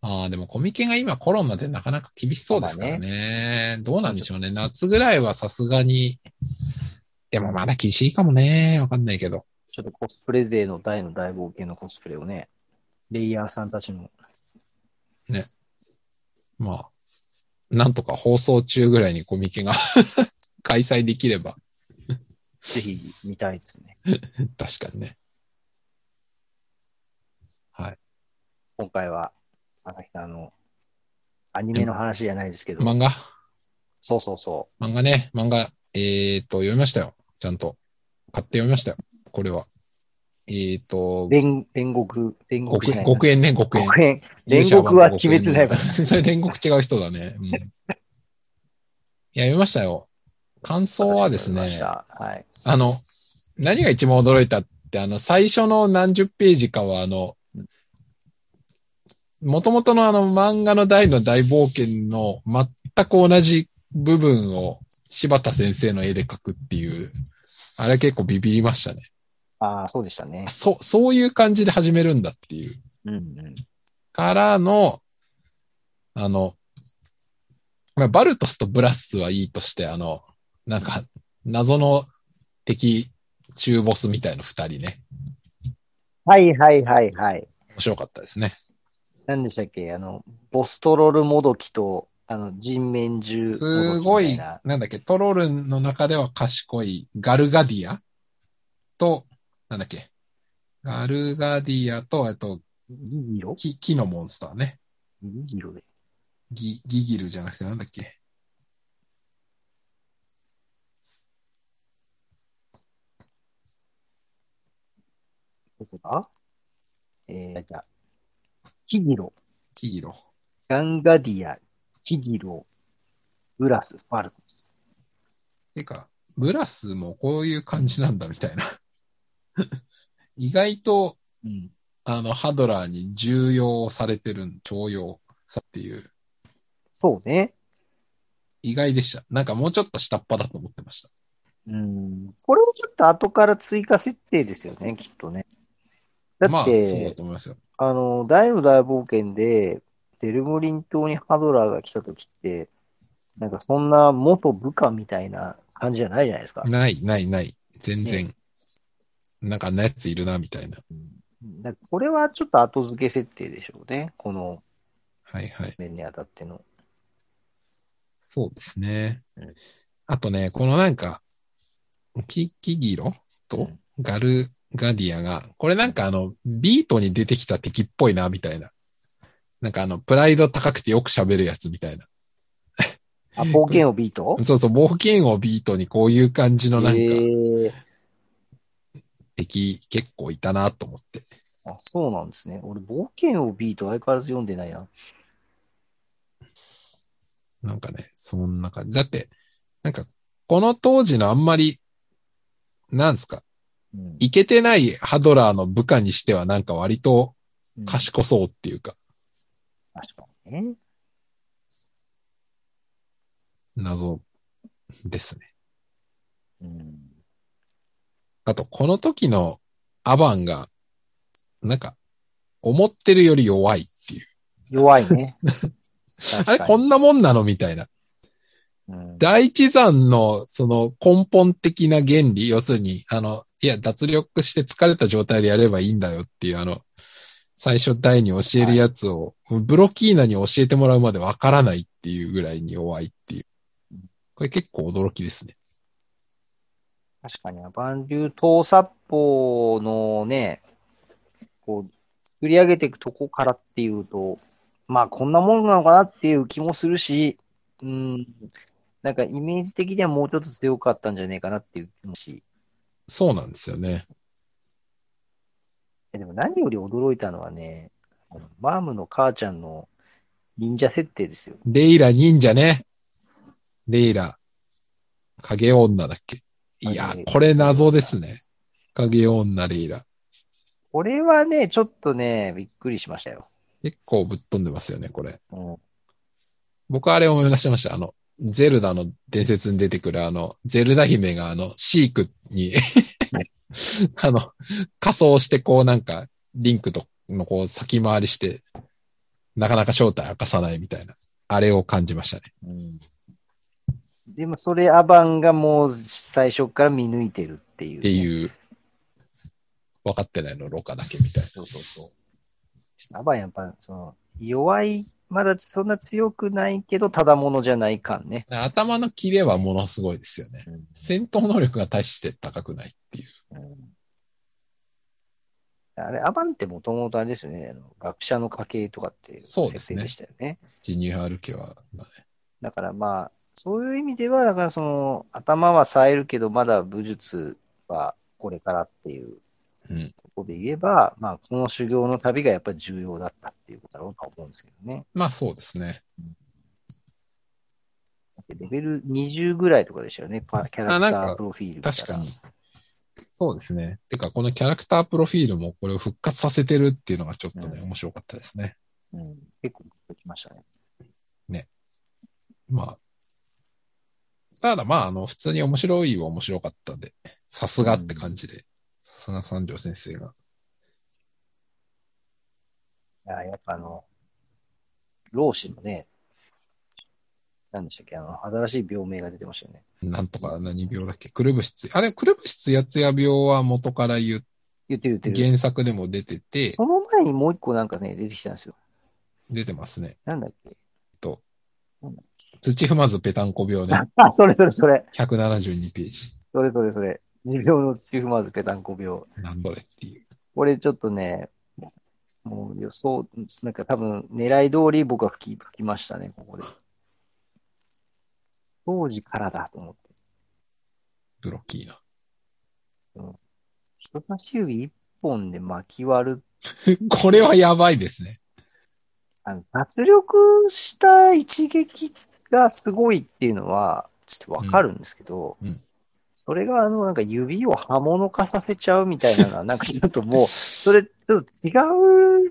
ああ、でもコミケが今コロナでなかなか厳しそうですからね。どうなんでしょうね。夏ぐらいはさすがに。でもまだ厳しいかもね。わかんないけど。ちょっとコスプレ勢の大の大冒険のコスプレをね、レイヤーさんたちのね。まあ、なんとか放送中ぐらいにコミケが *laughs* 開催できれば、ぜひ見たいですね。確かにね。はい。今回は、朝日さんの、アニメの話じゃないですけど、漫画そうそうそ漫画ね、漫画、えっ、と、読みましたよ。ちゃんと。買って読みましたよ。これは。えっ、とう。、煉煉獄、煉獄じゃないな極円ね、極円。極円。煉獄は決めてない *laughs* わ。それ煉獄違う人だね。うん。いや、読みましたよ。感想はですわかりましね、たはい。あの、何が一番驚いたって、あの、最初の何十ページかは、あの、元々のあの漫画の大の大冒険の全く同じ部分を柴田先生の絵で描くっていう、あれ結構ビビりましたね。ああ、そうでしたね。そ、そういう感じで始めるんだっていう。うんうん。からの、あの、まあ、バルトスとブラスはいいとして、あの、なんか、謎の敵、中ボスみたいな二人ね。はいはいはいはい。面白かったですね。何でしたっけあの、ボストロルもどきと、あの、人面獣もどきみたいな。すごい、なんだっけ、トロルンの中では賢いガルガディアと、なんだっけ、ガルガディアと、あと、いい色木、木のモンスターね。いい色で。ギ、ギギルじゃなくてなんだっけ。どこだえー、じゃあ、キギロ、キギロ。ガンガディア、キギロ、ブラス、バルトス。てか、ブラスもこういう感じなんだみたいな。 *laughs* 意外と、うん。あの、ハドラーに重要されてるん、重用さっていう、そうね。意外でした。なんかもうちょっと下っ端だと思ってました。うん。これもちょっと後から追加設定ですよね、きっとね。だまっあ、そうてだ、と思いますよ。あの、大の大冒険で、デルムリン島にハドラーが来た時って、なんかそんな元部下みたいな感じじゃないじゃないですか。ない、ない、ない。全然、なんかあんなやついるな、みたいな。うんだからこれはちょっと後付け設定でしょうね。このはいはい。面にあたっての。そうですねうん。あとね、このなんか、キキギロうとんガルガディアが、これなんかあの、ビートに出てきた敵っぽいな、みたいな。なんかあの、プライド高くてよく喋るやつみたいな。あ、冒険をビートそうそう、冒険をビートにこういう感じのなんえかー敵結構いたなと思って。あ、そうなんですね。俺、冒険をビート相変わらず読んでないな。なんかね、そんな感じ。だって、なんか、この当時のあんまり、なんですか、うんいけてないハドラーの部下にしてはなんか割とうん確賢そうっていうか、かにね。謎ですね。うん。あと、この時のアバンが、なんか、思ってるより弱いっていう。弱い *laughs* ね。あれ、こな、んなもんなのみたいな。うん第一山の、その根本的な原理、要するに、あの、いや、脱力して疲れた状態でやればいいんだよっていう、あの、最初第に教えるやつを、ブロキーナに教えてもらうまでわからないっていうぐらいに弱いっていううん。これ結構驚きですね。確かに、万流盗殺法のね、こう、作り上げていくとこからっていうと、まあ、こんなもんなのかなっていう気もするし、うん、なんかイメージ的にはもうちょっと強かったんじゃねえかなっていう気もし、そうなんですよね。えでも何より驚いたのはね、あのマームの母ちゃんの忍者設定ですよ。レイラ忍者ね。レイラ。影女だっけ。いや影、これ謎ですね。影女レイラ。これはね、ちょっとね、びっくりしましたよ。結構ぶっ飛んでますよね、これ。うん、僕あれ思い出しました。あの、ゼルダの伝説に出てくるあの、ゼルダ姫があの、シークに、 *laughs* あの、仮装してこうなんか、リンクとのこう先回りして、なかなか正体明かさないみたいな、あれを感じましたね。うんでもそれアバンがもう最初から見抜いてるっていう、ってう。いう、分かってないの、ろ過だけみたいな。そうそうそう。アバンやっぱその弱いまだそんな強くないけど、ただものじゃない感ね。頭のキレはものすごいですよね。戦闘能力が大して高くないっていう。あれ、アバンってもともとあれですよね。あの学者の家系とかっていうそう設です定ねでしたよね。ジニューアルケは、まあねだからまあ、そういう意味では、だからその、頭は冴えるけど、まだ武術はこれからっていううん。ところで言えば、まあ、この修行の旅がやっぱり重要だったっていうことだろうとは思うんですけどね。まあそうですね。レベル20ぐらいとかでしたよね、パキャラあなクんタかープロフィールみたいな確かに。そうですね。てか、このキャラクタープロフィールもこれを復活させてるっていうのがちょっとね、うん面白かったですね。うん、結構グッときましたね。まあ。ただまあ、あの、普通に面白いは面白かったんで、さすがって感じで、さすが三条先生が。いや、やっぱあの、老子のね、何でしたっけ、あの、新しい病名が出てましたよね。なんとか何病だっけくるぶしつ、あれ、くるぶしつやつや病は元から言っ言ってる言ってる。原作でも出てて、その前にもう一個なんかね、出てきたんですよ。出てますね。なんだっけ。となんだっけ。土踏まずペタンコ病ね。あ、それそれそれ。 172ページ。それそれそれ。持病のチーフマーズペタンコ病。なんどれっていう。これちょっとね、もう予想、なんか多分狙い通り僕は吹き吹きましたね、ここで。当時からだと思って。ブロッキーな。人差し指一本で巻き割る。これはやばいですね。あの、脱力した一撃がすごいっていうのは、ちょっとわかるんですけど、うんうんそれがあの、なんか指を刃物化させちゃうみたいなのは、なんかちょっともう、それ、ちょっと違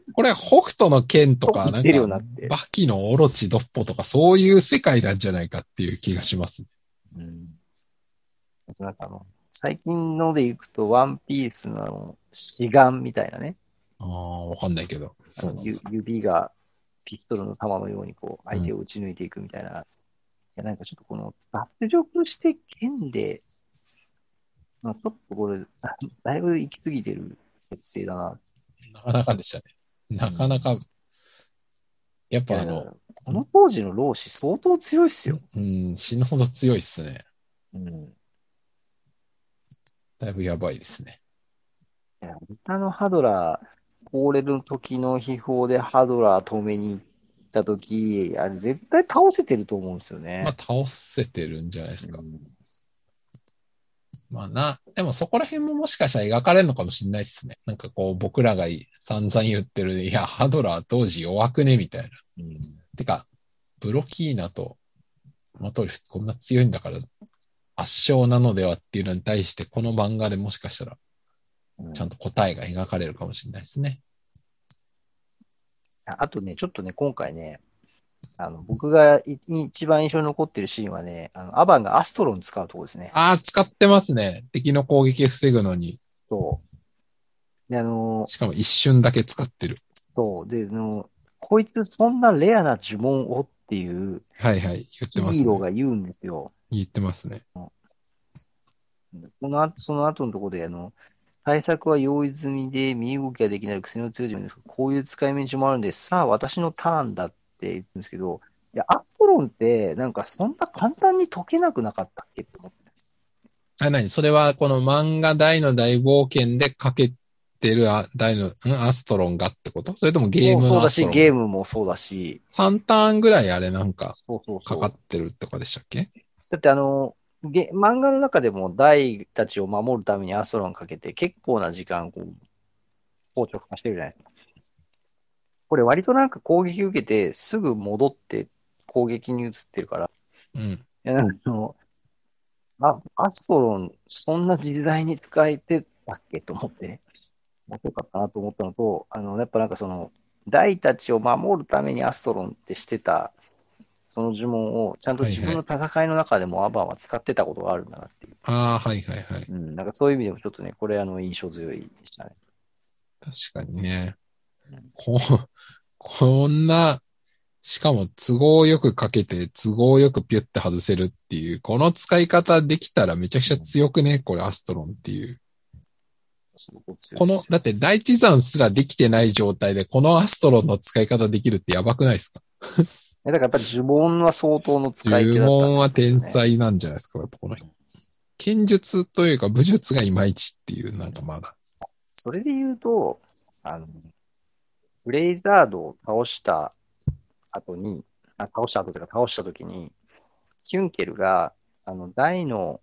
うこれ、北斗の剣とか、な北斗ん出るようになかって、バキのオロチドッポとか、そういう世界なんじゃないかっていう気がします。うんあとなんかあの、最近のでいくと、ワンピースのあの、死眼みたいなね、ああ、わかんないけど。そうなんだゆ指がピストルの弾のようにこう、相手を打ち抜いていくみたいな。いや、なんかちょっとこの、脱力して剣で、まあ、ちょっとこれ、 *laughs* だいぶ行き過ぎてる設定だな。なかなかでしたね。なかなか、やっぱあいやの、この当時の老子相当強いっすよ。うん、死ぬほど強いっすね。うん。だいぶやばいですね。いや歌のハドラー、高レの時の秘宝でハドラー止めに行った時、あれ絶対倒せてると思うんですよねまあ、。倒せてるんじゃないですかう。んまあな、でもそこら辺ももしかしたら描かれるのかもしれないですね。なんかこう、僕らが散々言ってる、いや、ハドラー当時弱くねみたいな。うんてか、ブロキーナとマトリフこんな強いんだから圧勝なのではっていうのに対して、この漫画でもしかしたらうんちゃんと答えが描かれるかもしれないですね。ああとね、ちょっとね、今回ね、あの僕がい一番印象に残ってるシーンはね、あのアバンがアストロン使うとこですね。ああ、使ってますね。敵の攻撃防ぐのに。そう。で、あの、しかも一瞬だけ使ってる。そう、で、あの、こいつそんなレアな呪文をっていうはいはい。言ってヒますーローね。が言うんですよ。言ってますね。この後、その後のところで、あの、対策は用意済みで、身動きができない癖の強い自分です。こういう使い道もあるんで、さあ、私のターンだって言うんですけど、いや、アポロンって、なんかそんな簡単に解けなくなかったっけって思って。あ、なにそれはこの漫画大の大冒険でかけてるあ大の、んアストロンがってことそれともゲームもうそうのだアストし、ロンゲームもそうだし、 3ターンぐらいあれなんかそうそうそかう。かってるとかでしたっけだって、あの、ゲ漫画の中でも、ダイたちを守るためにアストロンかけて、結構な時間、こう、硬直化してるじゃないですか。これ、割となんか攻撃受けて、すぐ戻って攻撃に移ってるから、うん。いや、なんかあの、あ、アストロン、そんな時代に使えてたっけと思ってね、面白かったなと思ったのと、あの、やっぱなんかその、ダイたちを守るためにアストロンってしてた、その呪文を、ちゃんと自分の戦いの中でもアバンは使ってたことがあるんだなっていう。ああ、はいはいはい。うん、なんかそういう意味でもちょっとね、これあの、印象強いでしたね。確かにねうん。こ、こんな、しかも都合よくかけて、都合よくピュって外せるっていう、この使い方できたらめちゃくちゃ強くね、これアストロンっていう。すごく強いこの、だって第一山すらできてない状態で、このアストロンの使い方できるってやばくないですかだからやっぱり呪文は相当の使い手だったんですよね、呪文は天才なんじゃないですか、やっぱこの人。剣術というか武術がいまいちっていう、なんかまだ。それで言うと、あの、ブレイザードを倒した後に、あ倒した後というか倒した時に、キュンケルが、あの、大の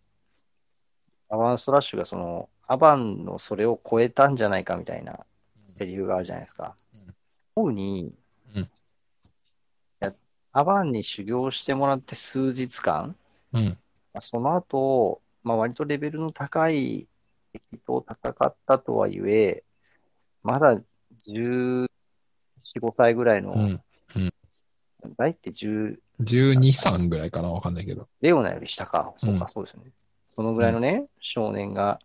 アバンストラッシュがその、アバンのそれを超えたんじゃないかみたいなセリフがあるじゃないですかうん。思うに、うんいやアバンに修行してもらって数日間、うん。まあその後、まあ、割とレベルの高い敵と戦ったとはいえ、まだ14、5歳ぐらいの、うん。大って10、 12、3ぐらいかなわかんないけど。レオナより下か、そううか、そうですよね。そのぐらいのね、少年が、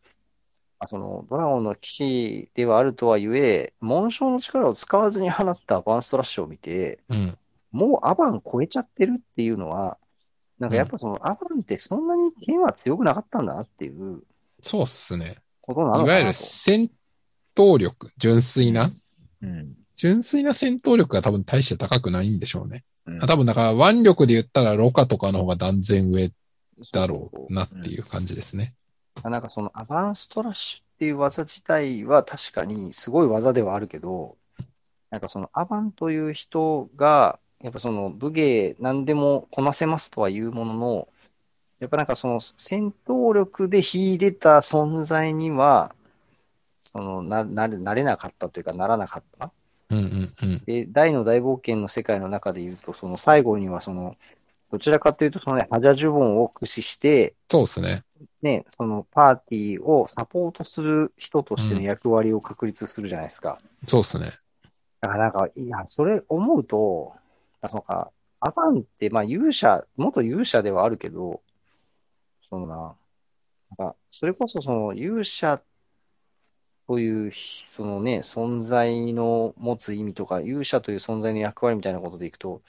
まあそのドラゴンの騎士ではあるとはいえ、紋章の力を使わずに放ったアバンストラッシュを見て、うん。もうアバン超えちゃってるっていうのは、なんかやっぱそのアバンってそんなに剣は強くなかったんだなっていうそうっすね。ことなのいかなと。わゆる戦闘力、純粋な、うん。純粋な戦闘力が多分大して高くないんでしょうね。うん多分だから腕力で言ったらロカとかの方が断然上だろうなってういう感じですね。ん。なんかそのアバンストラッシュっていう技自体は確かにすごい技ではあるけど、なんかそのアバンという人が、やっぱその武芸何でもこなせますとは言うものの、やっぱなんかその戦闘力で秀でた存在には、そのな、なれ、なれなかったというかならなかった。うんうんうん。で、大の大冒険の世界の中で言うと、その最後にはその、どちらかというとそのね、ハジャジュボンを駆使して、そうっすね。ね、そのパーティーをサポートする人としての役割を確立するじゃないですか。そうっすね。だからなんか、いや、それ思うと、なんか、アバンって、まあ勇者、元勇者ではあるけど、そのな、なんか、それこそその勇者という、そのね、存在の持つ意味とか、勇者という存在の役割みたいなことでいくと、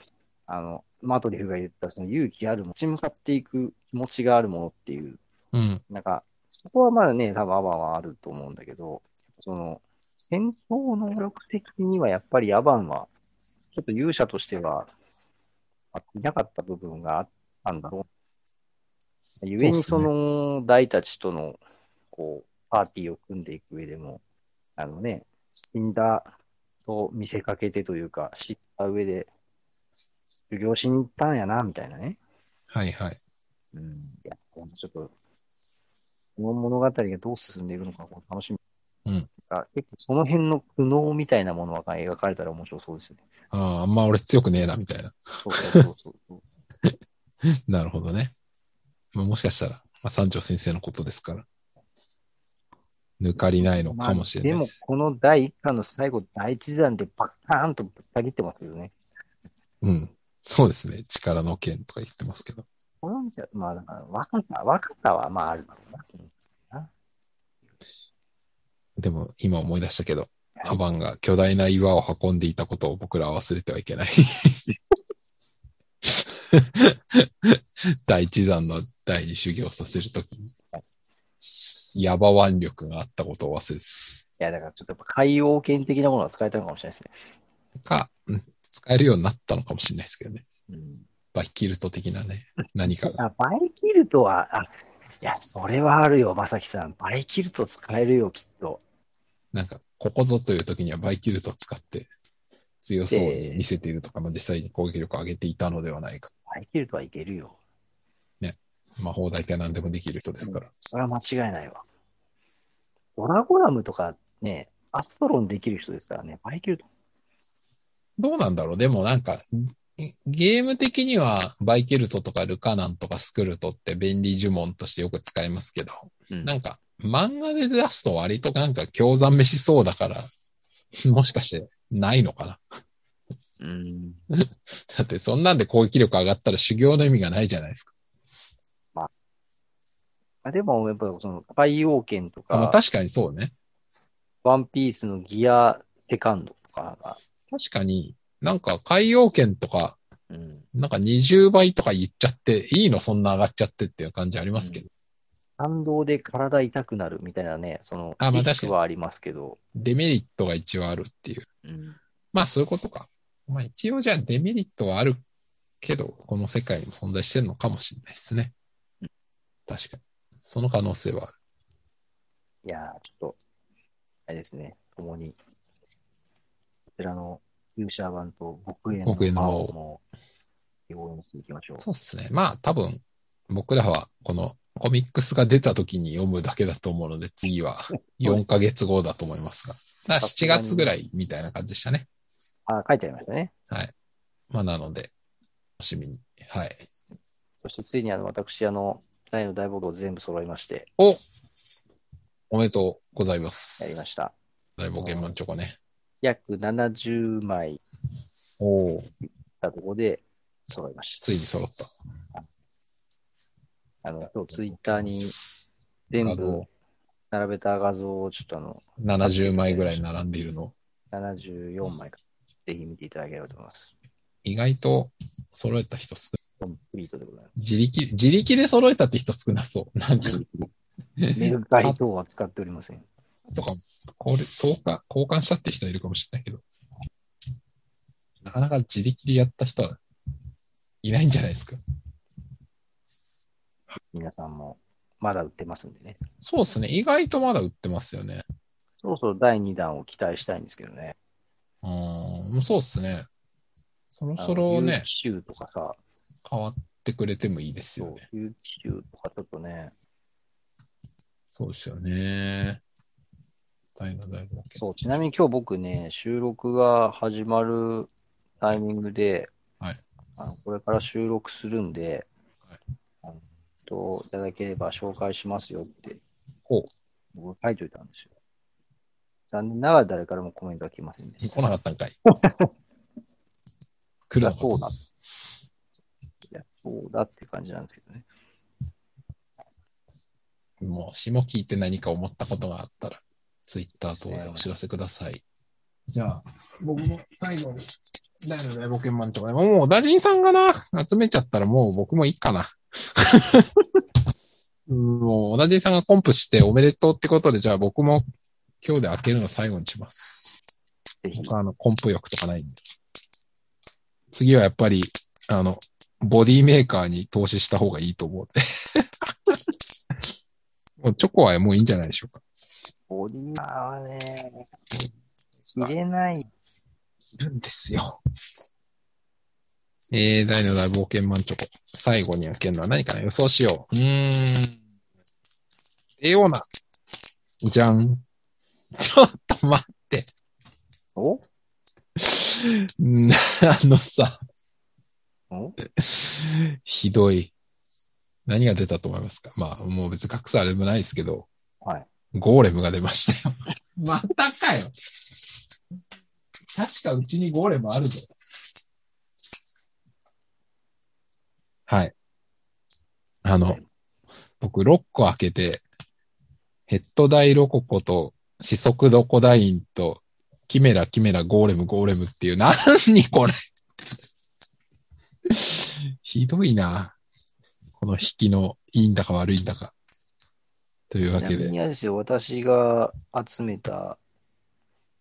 あの、マトリフが言った、その勇気ある、立ち向かっていく気持ちがあるものっていう、うん。なんか、そこはまだね、多分アバンはあると思うんだけど、その、戦闘能力的にはやっぱりアバンは、ちょっと勇者としては、あいなかった部分があったんだろう。ゆえにそそうっすねの、大たちとの、こう、パーティーを組んでいく上でも、あのね、死んだと見せかけてというか、知った上で、修行しに行ったんやな、みたいなね。はいはい。うん。いや、このちょっと、この物語がどう進んでいくのか、こう楽しみ。うんあ。結構その辺の苦悩みたいなものが描かれたら面白そうですよね。ああ、あんま俺強くねえな、みたいな。 *laughs* そうそうそうそうそう。なるほどね。まあ、もしかしたら、まあ、三条先生のことですから。抜かりないのかもしれないまで。あですも、この第1巻の最後、第1弾でバッカーンとぶった切ってますよね。うん。そうですね。力の剣とか言ってますけど。これを見ちゃう、まあ、だから若さ、若さはまああるだろうな。うんでも、今思い出したけど、アバンが巨大な岩を運んでいたことを僕らは忘れてはいけない。第一山の第二修行させるときに、ヤバ腕力があったことを忘れていや、だからちょっとやっぱ海洋圏的なものが使えたのかもしれないですね。か、うん使えるようになったのかもしれないですけどね。うんバイキルト的なね、何かが。あ、バイキルトは、あ、いや、それはあるよ、まさきさん。バイキルト使えるよ、きっと。なんか、ここぞという時にはバイキルト使って強そうに見せているとか、まあ実際に攻撃力を上げていたのではないか。バイキルトはいけるよ。魔法大体何でもできる人ですから。それは間違いないわ。ドラゴラムとかね、アストロンできる人ですからね、バイキルト。どうなんだろうでもなんか、ゲゲーム的にはバイケルトとかルカナンとかスクルトって便利呪文としてよく使いますけど、うんなんか漫画で出すと割となんか興ざめしそうだから、 *laughs* もしかしてないのかな *laughs* うん。だってそんなんで攻撃力上がったら修行の意味がないじゃないですか。あでも、やっぱその、海王剣とあまあか、確かにそうね。ワンピースのギアセカンドとかが、確かになんか海洋圏とかうん。なんか20倍とか言っちゃっていいのそんな上がっちゃってっていう感じありますけど。感動で体痛くなるみたいなね、その、あまあリス確かクにはありますけど、デメリットが一応あるっていう。うん。まあそういうことか。まあ一応じゃあデメリットはあるけど、この世界にも存在してるのかもしれないですね。確かに。その可能性はある。いやー、ちょっと、あれですね、共に、こちらの勇者版と極限の極限の魔魔王王も、応援していきましょう。そうですね。まあ多分、僕らはこのコミックスが出た時に読むだけだと思うので、次 *laughs* は4ヶ月後だと思いますが。だから7月ぐらいみたいな感じでしたね。あ、書いちゃいましたね。はい。まあなので、楽しみに。はい。そしてついにあの、私、あの、大の大冒険を全部揃いまして、おおめでとうございます。やりました。大冒険マンチョコね。約70枚おおだところで揃いました。ついに揃った。あの、今日ツイッターに全画部像並べた画像をちょっとあの、 70枚ぐらい並んでいるの。 74枚か、ぜひ見ていただければと思います。意外と揃えた人少ない。コンプリートでございます。自力、自力で揃えたって人少なそう。70メルカリ等は使っておりません。とかも、これ、投下、交換したって人いるかもしれないけど、なかなか自力でやった人はいないんじゃないですか。皆さんも、まだ売ってますんでね。そうですね。意外とまだ売ってますよね。そろそろ第2弾を期待したいんですけどね。うーん、そうですね。そろそろね、 YouTube とかさ、変わってくれてもいいですそようね。、 YouTube とかちょっとね、そうですよね。大の大冒険。そう、ちなみに今日僕ね、収録が始まるタイミングで、はいあのこれから収録するんで、はいあのといただければ紹介しますよって、ほ僕書いといたんですよ。残念ながら誰からもコメントが来ませんでう。し来なかったんか *laughs* い。来た。いるやのかそうだ。いや、そうだって感じなんですけどね。もう、詩も聞いて何か思ったことがあったら、ツイッター等でお知らせください。じゃあ、僕も最後に、誰の大冒険マンとか、もう、ダジンさんがな、集めちゃったらもう僕もいいか *laughs* な。うんもう、ダジンさんがコンプしておめでとうってことで、じゃあ僕も今日で開けるの最後にします。ぜひ、僕はあの、コンプ欲とかないんで。次はやっぱり、あの、ボディメーカーに投資した方がいいと思うので。 *laughs* もうチョコはもういいんじゃないでしょうか。ボディーはね、入れない。いるんですよ。えー、大の大冒険マンチョコ。最後に開けるのは何かな予想しよう。うーん。レオナ。じゃん。ちょっと待っおて。な *laughs* あのさ、おひどい。何が出たと思いますかまあ、もう別に隠すあれもないですけど、はい。ゴーレムが出ましたよ。 *laughs* またかよ。確かうちにゴーレムあるぞ。はい。あの、僕6個開けて、ヘッドダイロココと、四足ドコダインと、キメラ、キメラ、ゴーレム、ゴーレムっていう、なにこれ。ひどいな。この引きの、いいんだか悪いんだか。というわちなけみで。にあれですよ、私が集めた、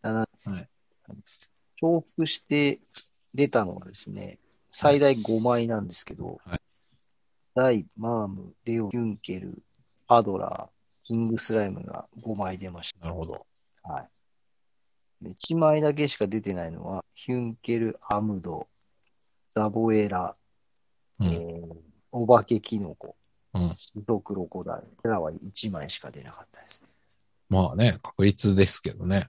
7はい重複して出たのはですね、最大5枚なんですけど、はいダイ、マーム、レオ、キュンケル、アドラー、キングスライムが5枚出ましなるほど。た。はい、で1枚だけしか出てないのは、ヒュンケル、アムド、ザボエラ、うん。えーお化けキノコ、うんシドクロコダイ。これらは1枚しか出なかったですねまあね、確率ですけどね。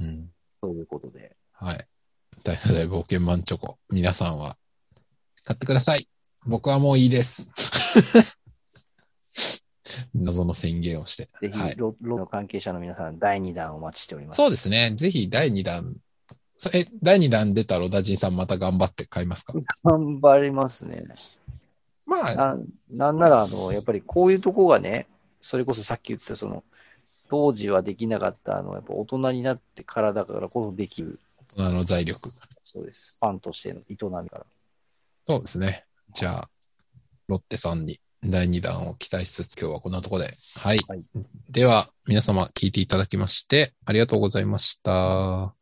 うん。ということで。はい。大の大冒険マンチョコ。皆さんは、買ってください。僕はもういいです。 *laughs* 謎の宣言をして。ぜひ、はい。ロロの関係者の皆さん、第2弾お待ちしております。そうですね。ぜひ第2弾。そえ、第2弾出たロダジンさんまた頑張って買いますか頑張りますね。まあ、ななんなら、あの、やっぱりこういうとこがね、それこそさっき言ってた、その、当時はできなかった、あの、やっぱ大人になってからだからこそできる、大人の財力。そうです。ファンとしての営みから。そうですね。じゃあ、ロッテさんに第2弾を期待しつつ、今日はこんなところで。はい。はいでは、皆様聞いていただきまして、ありがとうございました。